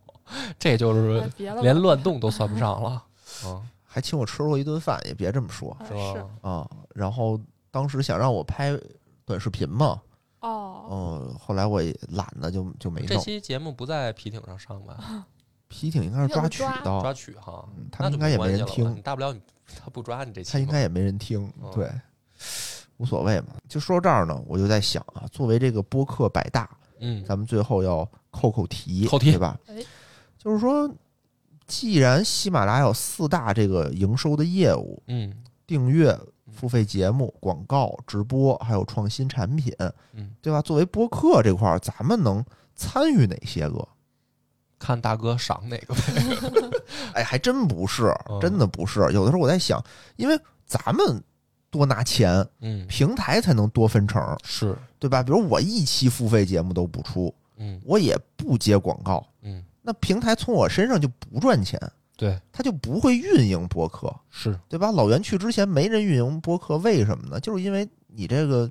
Speaker 2: 这就是
Speaker 3: 哎，别了吧，
Speaker 2: 连乱动都算不上了，嗯，
Speaker 1: 还请我吃过一顿饭，也别这么说
Speaker 3: 啊
Speaker 2: 是
Speaker 3: 是
Speaker 2: 吧？
Speaker 1: 啊。然后当时想让我拍短视频嘛，
Speaker 3: 哦，
Speaker 1: 嗯，后来我也懒得就就没
Speaker 2: 这
Speaker 1: 弄。
Speaker 2: 期节目不在皮艇上上吧？
Speaker 1: 皮艇应该是抓取
Speaker 2: 抓
Speaker 1: 的，
Speaker 2: 取哈
Speaker 1: 嗯，他们
Speaker 2: 那就
Speaker 1: 应该也
Speaker 2: 没关
Speaker 1: 没
Speaker 2: 系
Speaker 1: 人
Speaker 2: 了吧
Speaker 1: 听
Speaker 2: 你大不了你他不抓你这期嘛，
Speaker 1: 他应该也没人听
Speaker 2: 嗯，
Speaker 1: 对，无所谓嘛。就说到这儿呢，我就在想啊，作为这个播客百大，
Speaker 2: 嗯
Speaker 1: 咱们最后要扣扣题，
Speaker 2: 扣题
Speaker 1: 对吧
Speaker 3: 哎？
Speaker 1: 就是说，既然喜马拉雅有四大这个营收的业务，
Speaker 2: 嗯
Speaker 1: 订阅、付费节目、广告、直播，还有创新产品，
Speaker 2: 嗯，
Speaker 1: 对吧？作为播客这块儿，咱们能参与哪些个？
Speaker 2: 看大哥赏哪个呗，
Speaker 1: 哎，还真不是，
Speaker 2: 嗯
Speaker 1: 嗯真的不是。有的时候我在想，因为咱们多拿钱，
Speaker 2: 嗯
Speaker 1: 平台才能多分成，
Speaker 2: 是，
Speaker 1: 对吧？比如我一期付费节目都不出，
Speaker 2: 嗯
Speaker 1: 我也不接广告，
Speaker 2: 嗯，
Speaker 1: 那平台从我身上就不赚钱，
Speaker 2: 对，
Speaker 1: 他就不会运营播客。
Speaker 2: 是，
Speaker 1: 对吧？老袁去之前没人运营播客，为什么呢？就是因为你这个，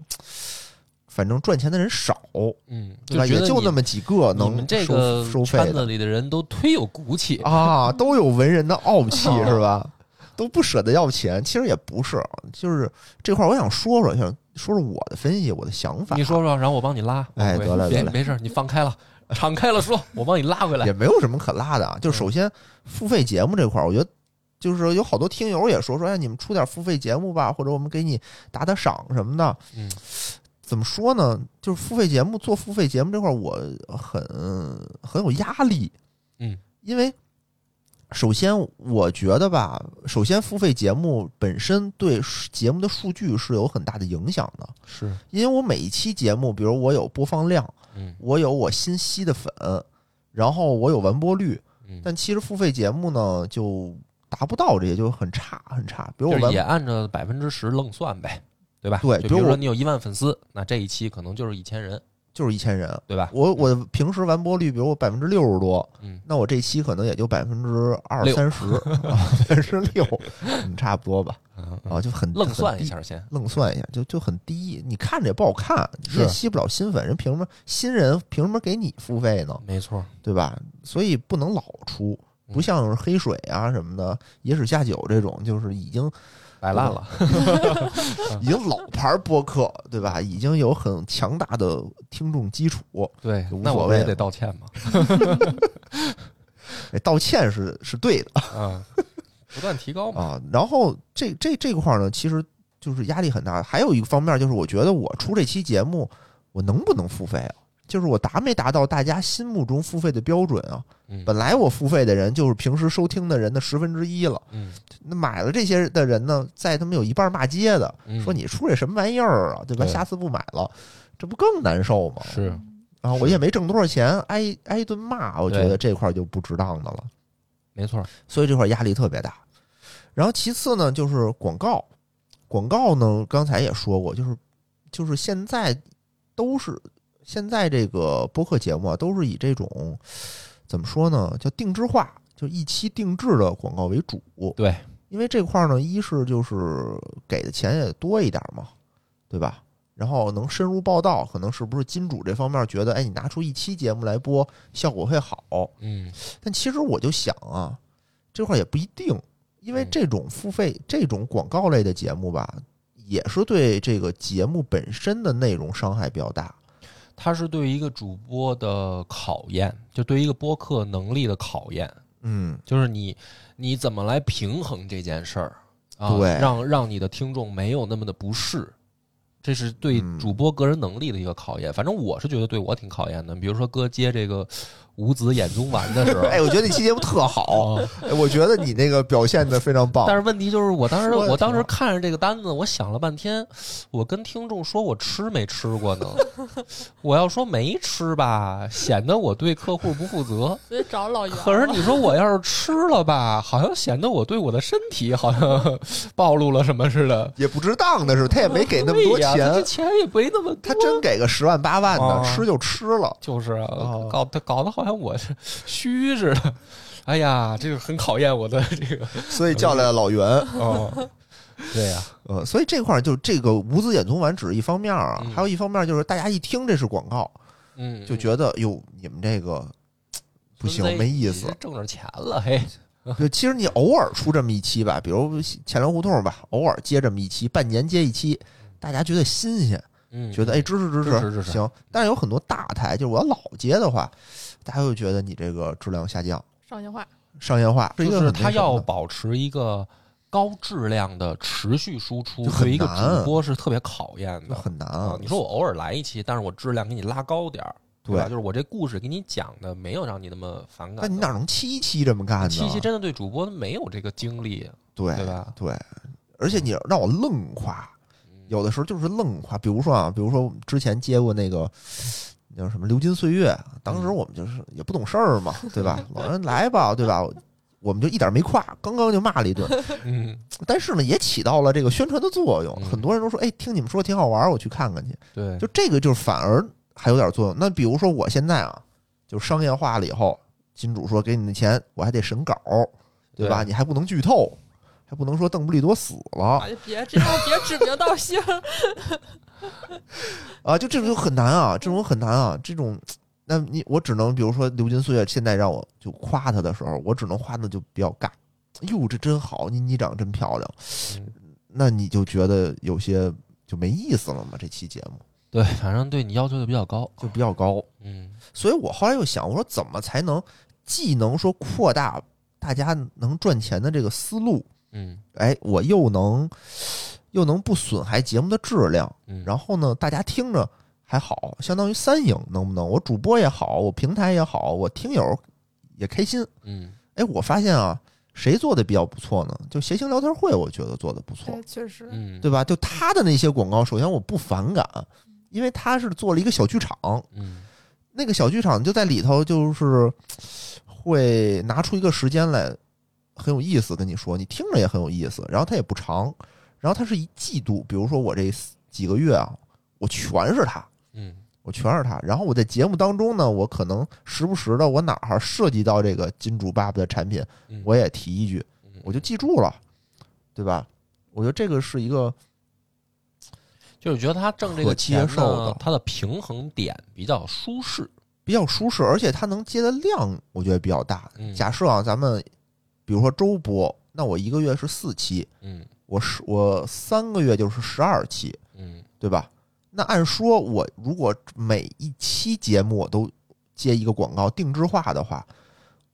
Speaker 1: 反正赚钱的人少，
Speaker 2: 嗯，
Speaker 1: 对吧？
Speaker 2: 觉
Speaker 1: 也
Speaker 2: 得
Speaker 1: 就
Speaker 2: 你
Speaker 1: 那么几个
Speaker 2: 你
Speaker 1: 能
Speaker 2: 们这
Speaker 1: 收
Speaker 2: 个
Speaker 1: 收费
Speaker 2: 圈
Speaker 1: 的
Speaker 2: 子里的人都忒有骨气，
Speaker 1: 啊，都有文人的傲 气是吧？都不舍得要钱，其实也不是，就是这块儿我想说说，想说说我的分析，我的想法
Speaker 2: 你，说说，然后我帮你拉。
Speaker 1: 哎
Speaker 2: 往回
Speaker 1: 得嘞
Speaker 2: 别
Speaker 1: 得嘞
Speaker 2: 没事儿，你放开了， 敞开了说，我帮你拉回来
Speaker 1: 也。没有什么可拉的啊。就是
Speaker 2: 嗯
Speaker 1: 首先付费节目这块儿，我觉得。就是有好多听友也说说，哎，你们出点付费节目吧，或者我们给你打打赏什么的。
Speaker 2: 嗯，
Speaker 1: 怎怎么说呢？就是付费节目做付费节目这块，儿，我很很有压力。
Speaker 2: 嗯，
Speaker 1: 因为首先我觉得吧，首先付费节目本身对数节目的数据是有很大的影响的，
Speaker 2: 是，
Speaker 1: 因为我每一期节目，比如我有播放量，
Speaker 2: 嗯
Speaker 1: 我有我新吸的粉，然后我有完播率，
Speaker 2: 嗯，
Speaker 1: 但其实付费节目呢就达不到这些，就很差很差。比如我
Speaker 2: 就是
Speaker 1: 完
Speaker 2: 也按照百分之十愣算呗，对吧？
Speaker 1: 对
Speaker 2: 就
Speaker 1: 比
Speaker 2: 比
Speaker 1: 如
Speaker 2: 如
Speaker 1: 我
Speaker 2: 说你有一万粉丝，那这一期可能就是一千人，
Speaker 1: 就是一千人，
Speaker 2: 对吧？
Speaker 1: 我我平时完播率，比如我百分之六十多，
Speaker 2: 嗯
Speaker 1: 那我这期可能也就百分之二
Speaker 2: 六
Speaker 1: 三十， 百分之六，嗯差不多吧，
Speaker 2: 嗯嗯
Speaker 1: 啊，就很
Speaker 2: 愣算一，
Speaker 1: 很
Speaker 2: 下先，
Speaker 1: 低愣算一下，就就很低，你看着也不好看，你也
Speaker 2: 是
Speaker 1: 吸不了新粉，人凭什么新人凭什么给你付费呢？
Speaker 2: 没错，
Speaker 1: 对吧？所以不能老出，不
Speaker 2: 嗯
Speaker 1: 像是黑水啊什么的，野史下酒这种，就是已 经
Speaker 2: 摆烂了。
Speaker 1: 已经老牌播客，对吧？已经有很强大的听众基础，
Speaker 2: 对
Speaker 1: 就无，
Speaker 2: 那
Speaker 1: 所
Speaker 2: 我不
Speaker 1: 谓
Speaker 2: 也
Speaker 1: 了
Speaker 2: 得道歉吗？
Speaker 1: 哎道歉是是对的。
Speaker 2: 嗯， 不断提高嘛。
Speaker 1: 啊，然后这这这块儿呢，其实就是压力很大。还有一个方面就是，我觉得我出这期节目，我能不能付费啊？就是我达没达到大家心目中付费的标准啊？
Speaker 2: 嗯
Speaker 1: 本来我付费的人就是平时收听的人的十分之一了，
Speaker 2: 嗯
Speaker 1: 那买了这些的人呢，在他们有一半骂街的，
Speaker 2: 嗯，
Speaker 1: 说你出这什么玩意儿啊，对吧？
Speaker 2: 对
Speaker 1: 下次不买了，这不更难受吗？
Speaker 2: 是
Speaker 1: 啊，我
Speaker 2: 是
Speaker 1: 也没挣多少钱，挨挨一顿骂，我觉
Speaker 2: 对
Speaker 1: 得这块儿就不值当的了。
Speaker 2: 没错，
Speaker 1: 所以这块压力特别大。然后其次呢，就是广告，广告呢，刚才也说过，就是就是现在都是现在这个播客节目啊，都是以这种怎么说呢，叫定制化，就一期定制的广告为主。
Speaker 2: 对，
Speaker 1: 因为这块儿呢，一是就是给的钱也多一点嘛，对吧？然后能深入报道，可能是不是金主这方面觉得，哎，你拿出一期节目来播，效果会好，
Speaker 2: 嗯
Speaker 1: 但其实我就想啊，这块儿也不一定，因为
Speaker 2: 嗯
Speaker 1: 这种付费、这种广告类的节目吧，也是对这个节目本身的内容伤害比较大。
Speaker 2: 它是对一个主播的考验，就对一个播客能力的考验，
Speaker 1: 嗯，
Speaker 2: 就是你你怎么来平衡这件事儿啊？
Speaker 1: 对
Speaker 2: 让让你的听众没有那么的不适，这是对
Speaker 1: 嗯
Speaker 2: 主播个人能力的一个考验。反正我是觉得对我挺考验的。比如说哥接这个吴子眼中丸的时候。
Speaker 1: 哎，我觉得那期节目特 好，
Speaker 2: 啊
Speaker 1: 哎我觉得你那个表现的非常棒。
Speaker 2: 但是问题就是，我当时
Speaker 1: 说得
Speaker 2: 我当时
Speaker 1: 挺
Speaker 2: 看着这个单子，我想了半天，我跟听众说我吃没吃过呢？ 我要说没吃吧，显得我对客户不负责；
Speaker 3: 所以找老袁了。
Speaker 2: 可是你说我要是吃了吧，好像显得我对我的身体好像暴露了什么似的。
Speaker 1: 也不值当的是，他也没给那么多
Speaker 2: 对呀
Speaker 1: 钱，
Speaker 2: 啊他这钱也没那么
Speaker 1: 他
Speaker 2: 多。
Speaker 1: 真给个十万八万的，
Speaker 2: 哦
Speaker 1: 吃就吃了。
Speaker 2: 就是啊
Speaker 1: 哦
Speaker 2: 搞得搞得好像我是虚似的，哎呀，这个很考验我的这个
Speaker 1: 所以叫来了老袁，
Speaker 2: 哦，对呀、
Speaker 1: 呃，所以这块儿就这个无子眼从丸只是一方面啊，
Speaker 2: 嗯
Speaker 1: 还有一方面就是大家一听这是广告，
Speaker 2: 嗯，
Speaker 1: 就觉得哟，你们这 个不行
Speaker 2: 孙，子
Speaker 1: 没意
Speaker 2: 你
Speaker 1: 思
Speaker 2: 是。挣着钱了，嘿，
Speaker 1: 就其实你偶尔出这么一期吧，比如钱粮胡同吧，偶尔接这么一期，半年接一期，大家觉得新鲜，
Speaker 2: 嗯，
Speaker 1: 觉得哎支持支
Speaker 2: 支持支持
Speaker 1: 行。但是有很多大台，就是我要老接的话，大家会觉得你这个质量下降，
Speaker 3: 上线话，
Speaker 1: 商业化，
Speaker 2: 就
Speaker 1: 这个
Speaker 2: 是
Speaker 1: 很
Speaker 2: 他
Speaker 1: 那什么
Speaker 2: 要
Speaker 1: 的
Speaker 2: 保持一个高质量的持续输出
Speaker 1: 就，很
Speaker 2: 对一个
Speaker 1: 难
Speaker 2: 主播是特别考验
Speaker 1: 那
Speaker 2: 的。
Speaker 1: 很难
Speaker 2: 啊
Speaker 1: 啊，
Speaker 2: 你说我偶尔来一期，但是我质量给你拉高点儿，对吧？
Speaker 1: 对
Speaker 2: 就，是我这故事给你讲的没有让你那么反
Speaker 1: 那
Speaker 2: 感
Speaker 1: 你
Speaker 2: 的。
Speaker 1: 哪能七期这么干呢？
Speaker 2: 七期真的对主播没有这个精力，
Speaker 1: 啊对
Speaker 2: 对吧
Speaker 1: 对，而且你让我愣夸，
Speaker 2: 嗯
Speaker 1: 有的时候就是愣夸，比如说啊，比如说我们之前接过那个那叫什么《流金岁月》，当
Speaker 2: 嗯
Speaker 1: 时我们就是也不懂事儿嘛，对吧？老人来吧，对吧？我们就一点没夸，刚刚就骂了一 顿，
Speaker 2: 嗯，
Speaker 1: 但是呢，也起到了这个宣传的作用。
Speaker 2: 嗯
Speaker 1: 很多人都说，哎，听你们说挺好玩儿，我去看看去。
Speaker 2: 对，
Speaker 1: 就这个，就是反而还有点作用。那比如说我现在啊，就商业化了以后，金主说给你的钱，我还得审稿，对吧？
Speaker 2: 对
Speaker 1: 你还不能剧透，还不能说邓布利多死
Speaker 2: 哦
Speaker 1: 了，
Speaker 3: 啊，就别这样，别指名 道姓。
Speaker 1: 啊，就这种就很难啊，这种很难啊，这种，那你我只能比如说《流金岁月》，现在让我就夸他的时候，我只能夸的就比较尬。哟，这真好，你你长得真漂亮，
Speaker 2: 嗯
Speaker 1: 那你就觉得有些就没意思了嘛？这期节目
Speaker 2: 对，反正对你要求就比较高。
Speaker 1: 就比较高，
Speaker 2: 嗯，
Speaker 1: 所以我后来又想，我说怎么才能既能说扩大大家能赚钱的这个思路，
Speaker 2: 嗯，
Speaker 1: 哎，我又能又能不损害节目的质量，
Speaker 2: 嗯，
Speaker 1: 然后呢，大家听着还好，相当于三赢，能不能？我主播也好，我平台也好，我听友也开心。
Speaker 2: 嗯，
Speaker 1: 哎，我发现啊，谁做的比较不错呢？就谐星聊天会，我觉得做的不错
Speaker 3: 对，，确实，
Speaker 2: 嗯，
Speaker 1: 对吧？就他的那些广告，首先我不反感，因为他是做了一个小剧场，
Speaker 2: 嗯，
Speaker 1: 那个小剧场就在里头，就是会拿出一个时间来，很有意思，跟你说，你听着也很有意思。然后它也不长，然后它是一季度，比如说我这几个月啊，我全是它，
Speaker 2: 嗯
Speaker 1: 我全是它。然后我在节目当中呢，我可能时不时的我哪儿涉及到这个金主爸爸的产品，
Speaker 2: 嗯，
Speaker 1: 我也提一句，
Speaker 2: 嗯
Speaker 1: 我就记住了，对吧？我觉得这个是一个
Speaker 2: 就是觉得他挣这个
Speaker 1: 可
Speaker 2: 钱呢
Speaker 1: 接受的
Speaker 2: 他的平衡点比较哦舒适，
Speaker 1: 比较舒适，而且它能接的量，我觉得比较大。
Speaker 2: 嗯
Speaker 1: 假设啊，咱们比如说周播，那我一个月是四期，
Speaker 2: 嗯
Speaker 1: 我是我三个月就是十二期，
Speaker 2: 嗯
Speaker 1: 对吧？那按说我如果每一期节目我都接一个广告定制化的话，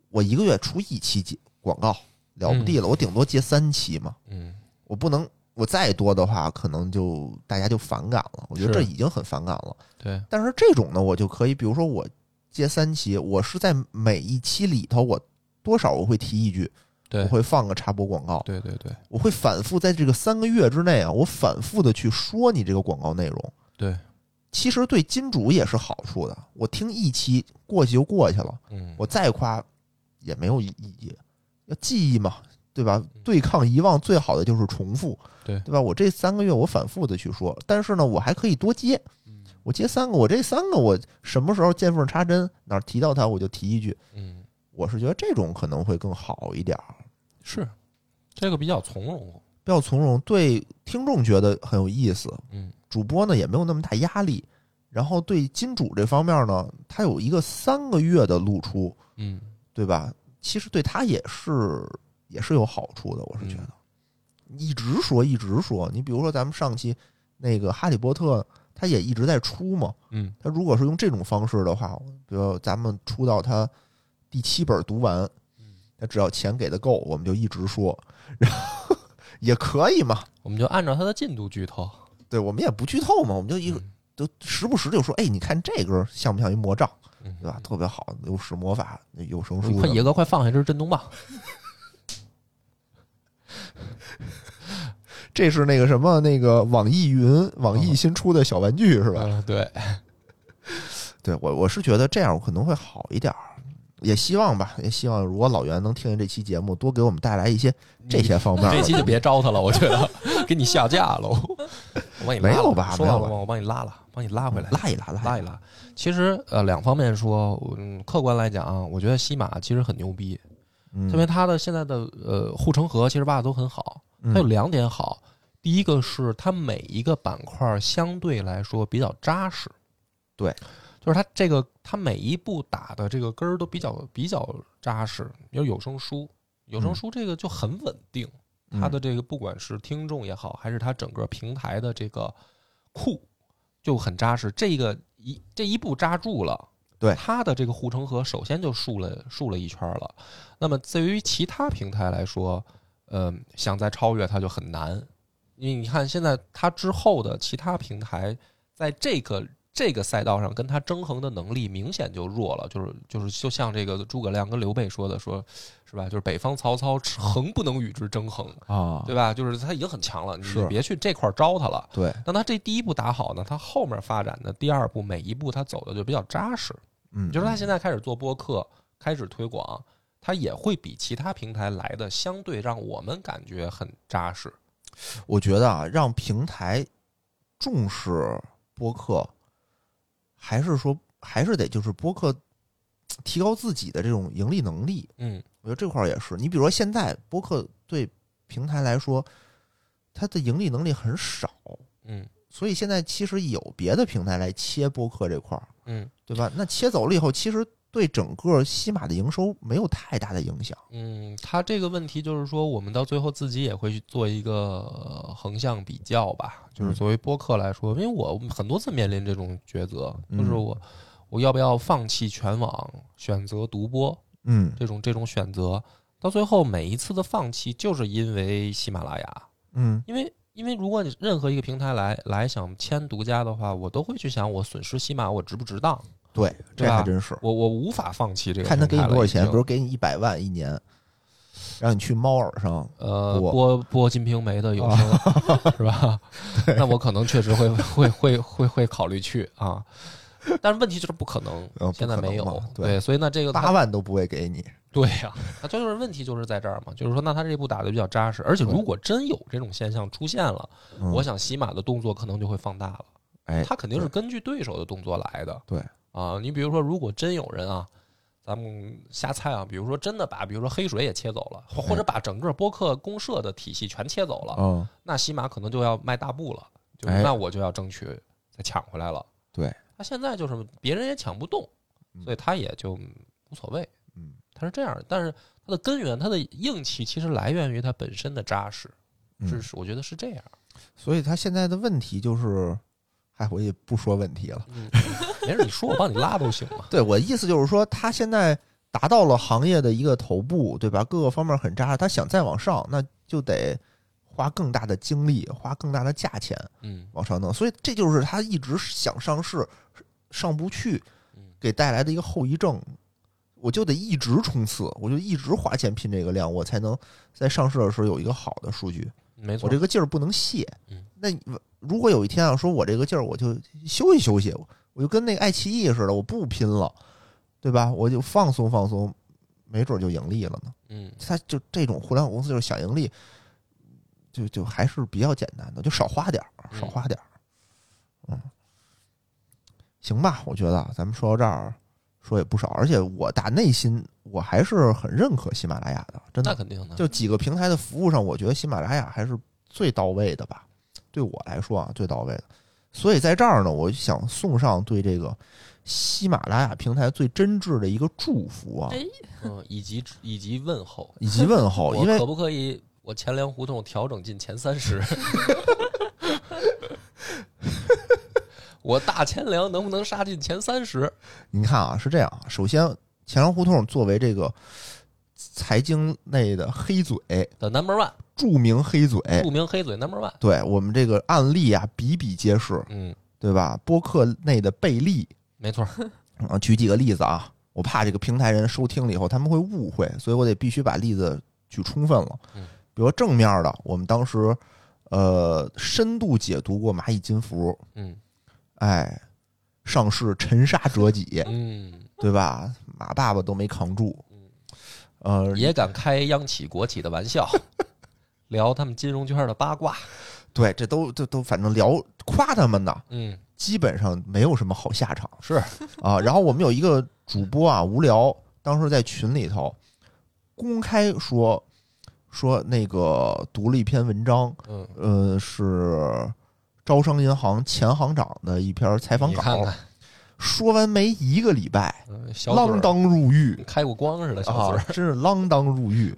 Speaker 1: 我一个月出一期节广告了不地了，我顶多接三期嘛，
Speaker 2: 嗯，
Speaker 1: 我不能我再多的话，可能就大家就反感了。我觉得
Speaker 2: 是
Speaker 1: 这已经很反感了。
Speaker 2: 对，
Speaker 1: 但是这种呢，我就可以，比如说我接三期，我是在每一期里头，我多少我会提一句，
Speaker 2: 对
Speaker 1: 我，会放个插播广告，
Speaker 2: 对对对
Speaker 1: 我会反复在这个三个月之内啊，我反复的去说你这个广告内容。
Speaker 2: 对，
Speaker 1: 其实对金主也是好处的，我听一期过去就过去了，
Speaker 2: 嗯，
Speaker 1: 我再夸也没有意义，要记忆嘛。对吧？对抗遗忘最好的就是重复，
Speaker 2: 嗯对
Speaker 1: 对吧？我这三个月我反复的去说，但是呢，我还可以多接，
Speaker 2: 嗯
Speaker 1: 我接三个，我这三个我什么时候见缝插针，哪儿提到它我就提一句。
Speaker 2: 嗯
Speaker 1: 我是觉得这种可能会更好一点儿，
Speaker 2: 是这个比较从容，
Speaker 1: 比较从容，对听众觉得很有意思，
Speaker 2: 嗯
Speaker 1: 主播呢也没有那么大压力。然后对金主这方面呢，他有一个三个月的露出，
Speaker 2: 嗯，
Speaker 1: 对吧？其实对他也是也是有好处的，我是觉得。一直说一直说，你比如说咱们上期那个《哈利波特》，他也一直在出嘛，
Speaker 2: 嗯
Speaker 1: 他如果是用这种方式的话，比如咱们出到他第七本读完，那只要钱给的够，我们就一直说，然后 也可以嘛。
Speaker 2: 我们就按照他的进度剧透，
Speaker 1: 对，我们也不剧透嘛，我们就一
Speaker 2: 嗯
Speaker 1: 就时不时就说，哎，你看这根像不像一魔杖，
Speaker 2: 嗯，
Speaker 1: 对吧？特别好，有使魔法，有声
Speaker 2: 嗯？
Speaker 1: 书
Speaker 2: 快，
Speaker 1: 的。
Speaker 2: 野哥，快放下这震动棒！
Speaker 1: 这是那个什么那个网易云网易
Speaker 2: 嗯
Speaker 1: 新出的小玩具是吧？
Speaker 2: 嗯，对，
Speaker 1: 对我我是觉得这样可能会好一点儿，也希望吧，也希望如果老袁能听见这期节目，多给我们带来一些这些方面的。
Speaker 2: 嗯这期就别招他了，我觉得给你下架了，我我帮你拉
Speaker 1: 没有
Speaker 2: 了
Speaker 1: 吧没
Speaker 2: 说好了
Speaker 1: 有吧
Speaker 2: 吗？我帮你拉了，帮你拉回来，
Speaker 1: 拉一拉，
Speaker 2: 拉一
Speaker 1: 一拉。
Speaker 2: 拉。其实呃，两方面说，嗯，客观来讲啊，我觉得西马其实很牛逼，
Speaker 1: 嗯
Speaker 2: 特别它的现在的呃护城河其实挖的都很好，它有
Speaker 1: 嗯
Speaker 2: 两点好。第一个是它每一个板块相对来说比较扎实，
Speaker 1: 对，
Speaker 2: 就是它这个它每一步打的这个根儿都比较比较扎实，有有声书，有声
Speaker 1: 嗯
Speaker 2: 书这个就很稳定，它的这个不管是听众也好，还是它整个平台的这个库就很扎实。这个一这一步扎住了，
Speaker 1: 对
Speaker 2: 它的这个护城河首先就竖了竖了一圈了。那么对于其他平台来说，呃，想再超越它就很难，因为你看现在它之后的其他平台在这个。这个赛道上跟它争衡的能力明显就弱了，就是就是就像这个诸葛亮跟刘备说的，说是吧？就是北方曹操横不能与之争衡，
Speaker 1: 啊，
Speaker 2: 对吧？就是他已经很强了，你
Speaker 1: 是
Speaker 2: 就别去这块儿招他了。
Speaker 1: 对，
Speaker 2: 当他这第一步打好呢，他后面发展的第二步每一步他走的就比较扎实。
Speaker 1: 嗯，
Speaker 2: 你就是他现在开始做播客，开始推广，他也会比其他平台来的相对让我们感觉很扎实。
Speaker 1: 我觉得啊，让平台重视播客，还是说还是得就是播客提高自己的这种盈利能力。
Speaker 2: 嗯
Speaker 1: 我觉得这块儿也是，你比如说现在播客对平台来说，它的盈利能力很少，
Speaker 2: 嗯
Speaker 1: 所以现在其实有别的平台来切播客这块儿，
Speaker 2: 嗯
Speaker 1: 对吧？那切走了以后，其实对整个西马的营收没有太大的影响。
Speaker 2: 嗯，他这个问题就是说，我们到最后自己也会去做一个呃横向比较吧。就是
Speaker 1: 嗯
Speaker 2: 作为播客来说，因为我很多次面临这种抉择，就是
Speaker 1: 嗯
Speaker 2: 我我要不要放弃全网，选择独播？
Speaker 1: 嗯
Speaker 2: 这种这种选择，到最后每一次的放弃，就是因为喜马拉雅，
Speaker 1: 嗯
Speaker 2: 因为因为如果你任何一个平台来来想签独家的话，我都会去想我损失起码我值不值当，
Speaker 1: 对，
Speaker 2: 对
Speaker 1: 这还
Speaker 2: 吧
Speaker 1: 真是。
Speaker 2: 我我无法放弃这个
Speaker 1: 看
Speaker 2: 平台了
Speaker 1: 他给
Speaker 2: 已经。
Speaker 1: 你多少钱，比如给你一百万一年，让你去猫耳上，
Speaker 2: 呃，
Speaker 1: 播
Speaker 2: 播播《金瓶梅》的有声、
Speaker 1: 啊
Speaker 2: 是吧？那我可能确实会会会会会考虑去啊，但是问题就是不可能，
Speaker 1: 呃不
Speaker 2: 现在
Speaker 1: 可能
Speaker 2: 没有
Speaker 1: 嘛。对
Speaker 2: 对，所以那这个它
Speaker 1: 八万都不会给你。
Speaker 2: 对呀、那这就是问题就是在这儿嘛，就是说那他这一步打的比较扎实，而且
Speaker 1: 对
Speaker 2: 如果真有这种现象出现了，
Speaker 1: 嗯
Speaker 2: 我，想喜马的动作可能就会放大了，
Speaker 1: 哎，
Speaker 2: 他肯定是根据对手的动作来的。
Speaker 1: 对
Speaker 2: 啊，你比如说，如果真有人啊，咱们瞎猜啊，比如说真的把比如说黑水也切走了，
Speaker 1: 哎
Speaker 2: 或或者把整个播客公社的体系全切走了，
Speaker 1: 嗯，
Speaker 2: 那喜马可能就要迈大步了，就
Speaker 1: 哎
Speaker 2: 是那我就要争取再抢回来了。
Speaker 1: 对，
Speaker 2: 他现在就是别人也抢不动，
Speaker 1: 嗯
Speaker 2: 所以他也就无所谓。
Speaker 1: 嗯，
Speaker 2: 他是这样的，但是他的根源，他的硬气其实来源于他本身的扎实，是
Speaker 1: 嗯
Speaker 2: 是，我觉得是这样。
Speaker 1: 所以他现在的问题就是，哎，我也不说问题了。
Speaker 2: 嗯， 没事，你说我帮你拉都行嘛。
Speaker 1: 对我意思就是说，他现在达到了行业的一个头部，对吧？各个方面很扎实，他想再往上，那就得花更大的精力，花更大的价钱
Speaker 2: 嗯
Speaker 1: 往上弄。所以这就是他一直想上市上不去
Speaker 2: 嗯
Speaker 1: 给带来的一个后遗症。我就得一直冲刺，我就一直花钱拼这个量，我才能在上市的时候有一个好的数据。
Speaker 2: 没错
Speaker 1: 我，这个劲儿不能泄
Speaker 2: 嗯。
Speaker 1: 那你如果有一天啊，说我这个劲儿我就休息休息，我就跟那个爱奇艺似的，我不拼了，对吧？我就放松放松，没准儿就盈利了呢。
Speaker 2: 嗯，
Speaker 1: 他就这种互联网公司就是想盈利，就就还是比较简单的，就少花点儿，
Speaker 2: 嗯
Speaker 1: 少花点儿。嗯，行吧，我觉得啊咱们说到这儿。说也不少，而且我打内心我还是很认可喜马拉雅的，真的
Speaker 2: 那肯定的。
Speaker 1: 就几个平台的服务上，我觉得喜马拉雅还是最到位的吧，对我来说啊，最到位的。所以在这儿呢，我想送上对这个喜马拉雅平台最真挚的一个祝福啊，
Speaker 3: 哎，
Speaker 2: 嗯，以及以及问候，
Speaker 1: 以及问候，
Speaker 2: 我
Speaker 1: 哦因为
Speaker 2: 可不可以我钱粮胡同调整进前三十？ 我大钱粮能不能杀进前三十？
Speaker 1: 你看啊，是这样啊，首先钱粮胡同作为这个财经类的黑嘴，
Speaker 2: 的 number one，
Speaker 1: 著名黑嘴，
Speaker 2: 著名黑嘴 number one。
Speaker 1: 对我们这个案例啊比比皆是，
Speaker 2: 嗯，
Speaker 1: 对吧？播客内的贝利，
Speaker 2: 没错，
Speaker 1: 啊，举几个例子啊，我怕这个平台人收听了以后他们会误会，所以我得必须把例子举充分了
Speaker 2: 嗯。
Speaker 1: 比如正面的，我们当时呃深度解读过蚂蚁金服，
Speaker 2: 嗯
Speaker 1: 哎，上市沉沙折戟，
Speaker 2: 嗯，
Speaker 1: 对吧？马爸爸都没扛住
Speaker 2: 嗯，
Speaker 1: 呃，
Speaker 2: 也敢开央企国企的玩笑，聊他们金融圈的八卦。
Speaker 1: 对，这都这都反正聊夸他们呢，
Speaker 2: 嗯
Speaker 1: 基本上没有什么好下场。是 啊，然后我们有一个主播啊，无聊，当时在群里头公开说说那个读了一篇文章，
Speaker 2: 嗯，
Speaker 1: 呃，是招商银行前行长的一篇采访
Speaker 2: 你
Speaker 1: 稿，
Speaker 2: 看看，
Speaker 1: 说完没一个礼拜，
Speaker 2: 嗯小嘴
Speaker 1: 锒
Speaker 2: 儿
Speaker 1: 铛入狱
Speaker 2: 开过光似的小
Speaker 1: 啊
Speaker 2: 嘴儿。，
Speaker 1: 真是锒铛入狱。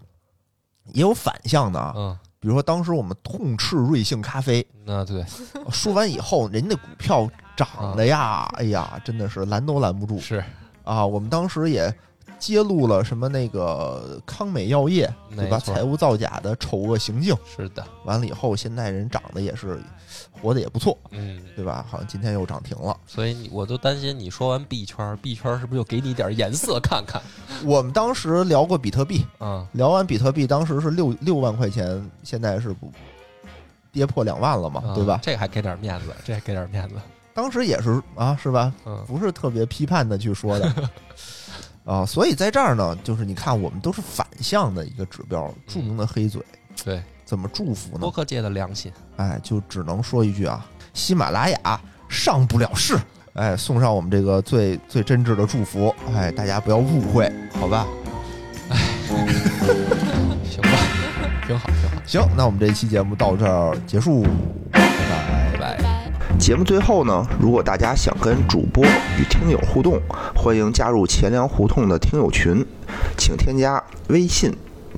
Speaker 1: 也有反向的啊，
Speaker 2: 嗯，
Speaker 1: 比如说当时我们痛斥瑞幸咖 啡，
Speaker 2: 那对，
Speaker 1: 说完以后，人家股票涨的呀，
Speaker 2: 啊
Speaker 1: 哎呀，真的是拦都拦不住
Speaker 2: 是
Speaker 1: 啊！我们当时也揭露了什么那个康美药业，对吧？
Speaker 2: 没错
Speaker 1: 财务造假的丑恶行径，
Speaker 2: 是的，
Speaker 1: 完了以后，现在人长得也是活得也不错，
Speaker 2: 嗯。
Speaker 1: 对吧？好像今天又涨停了。
Speaker 2: 所以你我都担心你说完币圈儿，币圈儿是不是就给你点儿颜色看 看？
Speaker 1: 我们当时聊过比特币，
Speaker 2: 啊，
Speaker 1: 聊完比特币，当时是六六万块钱，现在是不跌破两万了嘛，
Speaker 2: 啊
Speaker 1: 对吧？
Speaker 2: 这还给点儿面子，这还给点儿面子。
Speaker 1: 当时也是啊，是吧？
Speaker 2: 嗯
Speaker 1: 不是特别批判的去说的。啊，所以在这儿呢，就是你看，我们都是反向的一个指标，著名的黑嘴，
Speaker 2: 对，
Speaker 1: 怎么祝福
Speaker 2: 播
Speaker 1: 呢？
Speaker 2: 客界的良心，
Speaker 1: 哎，就只能说一句啊，喜马拉雅上不了市，哎，送上我们这个最最真挚的祝福，哎，大家不要误会，好吧？
Speaker 2: 行吧，挺好，挺好，
Speaker 1: 行，那我们这期节目到这儿结束，拜拜。
Speaker 2: 拜拜
Speaker 3: 拜。拜。
Speaker 1: 节目最后呢，如果大家想跟主播与听友互动，欢迎加入钱粮胡同的听友群，请添加微信“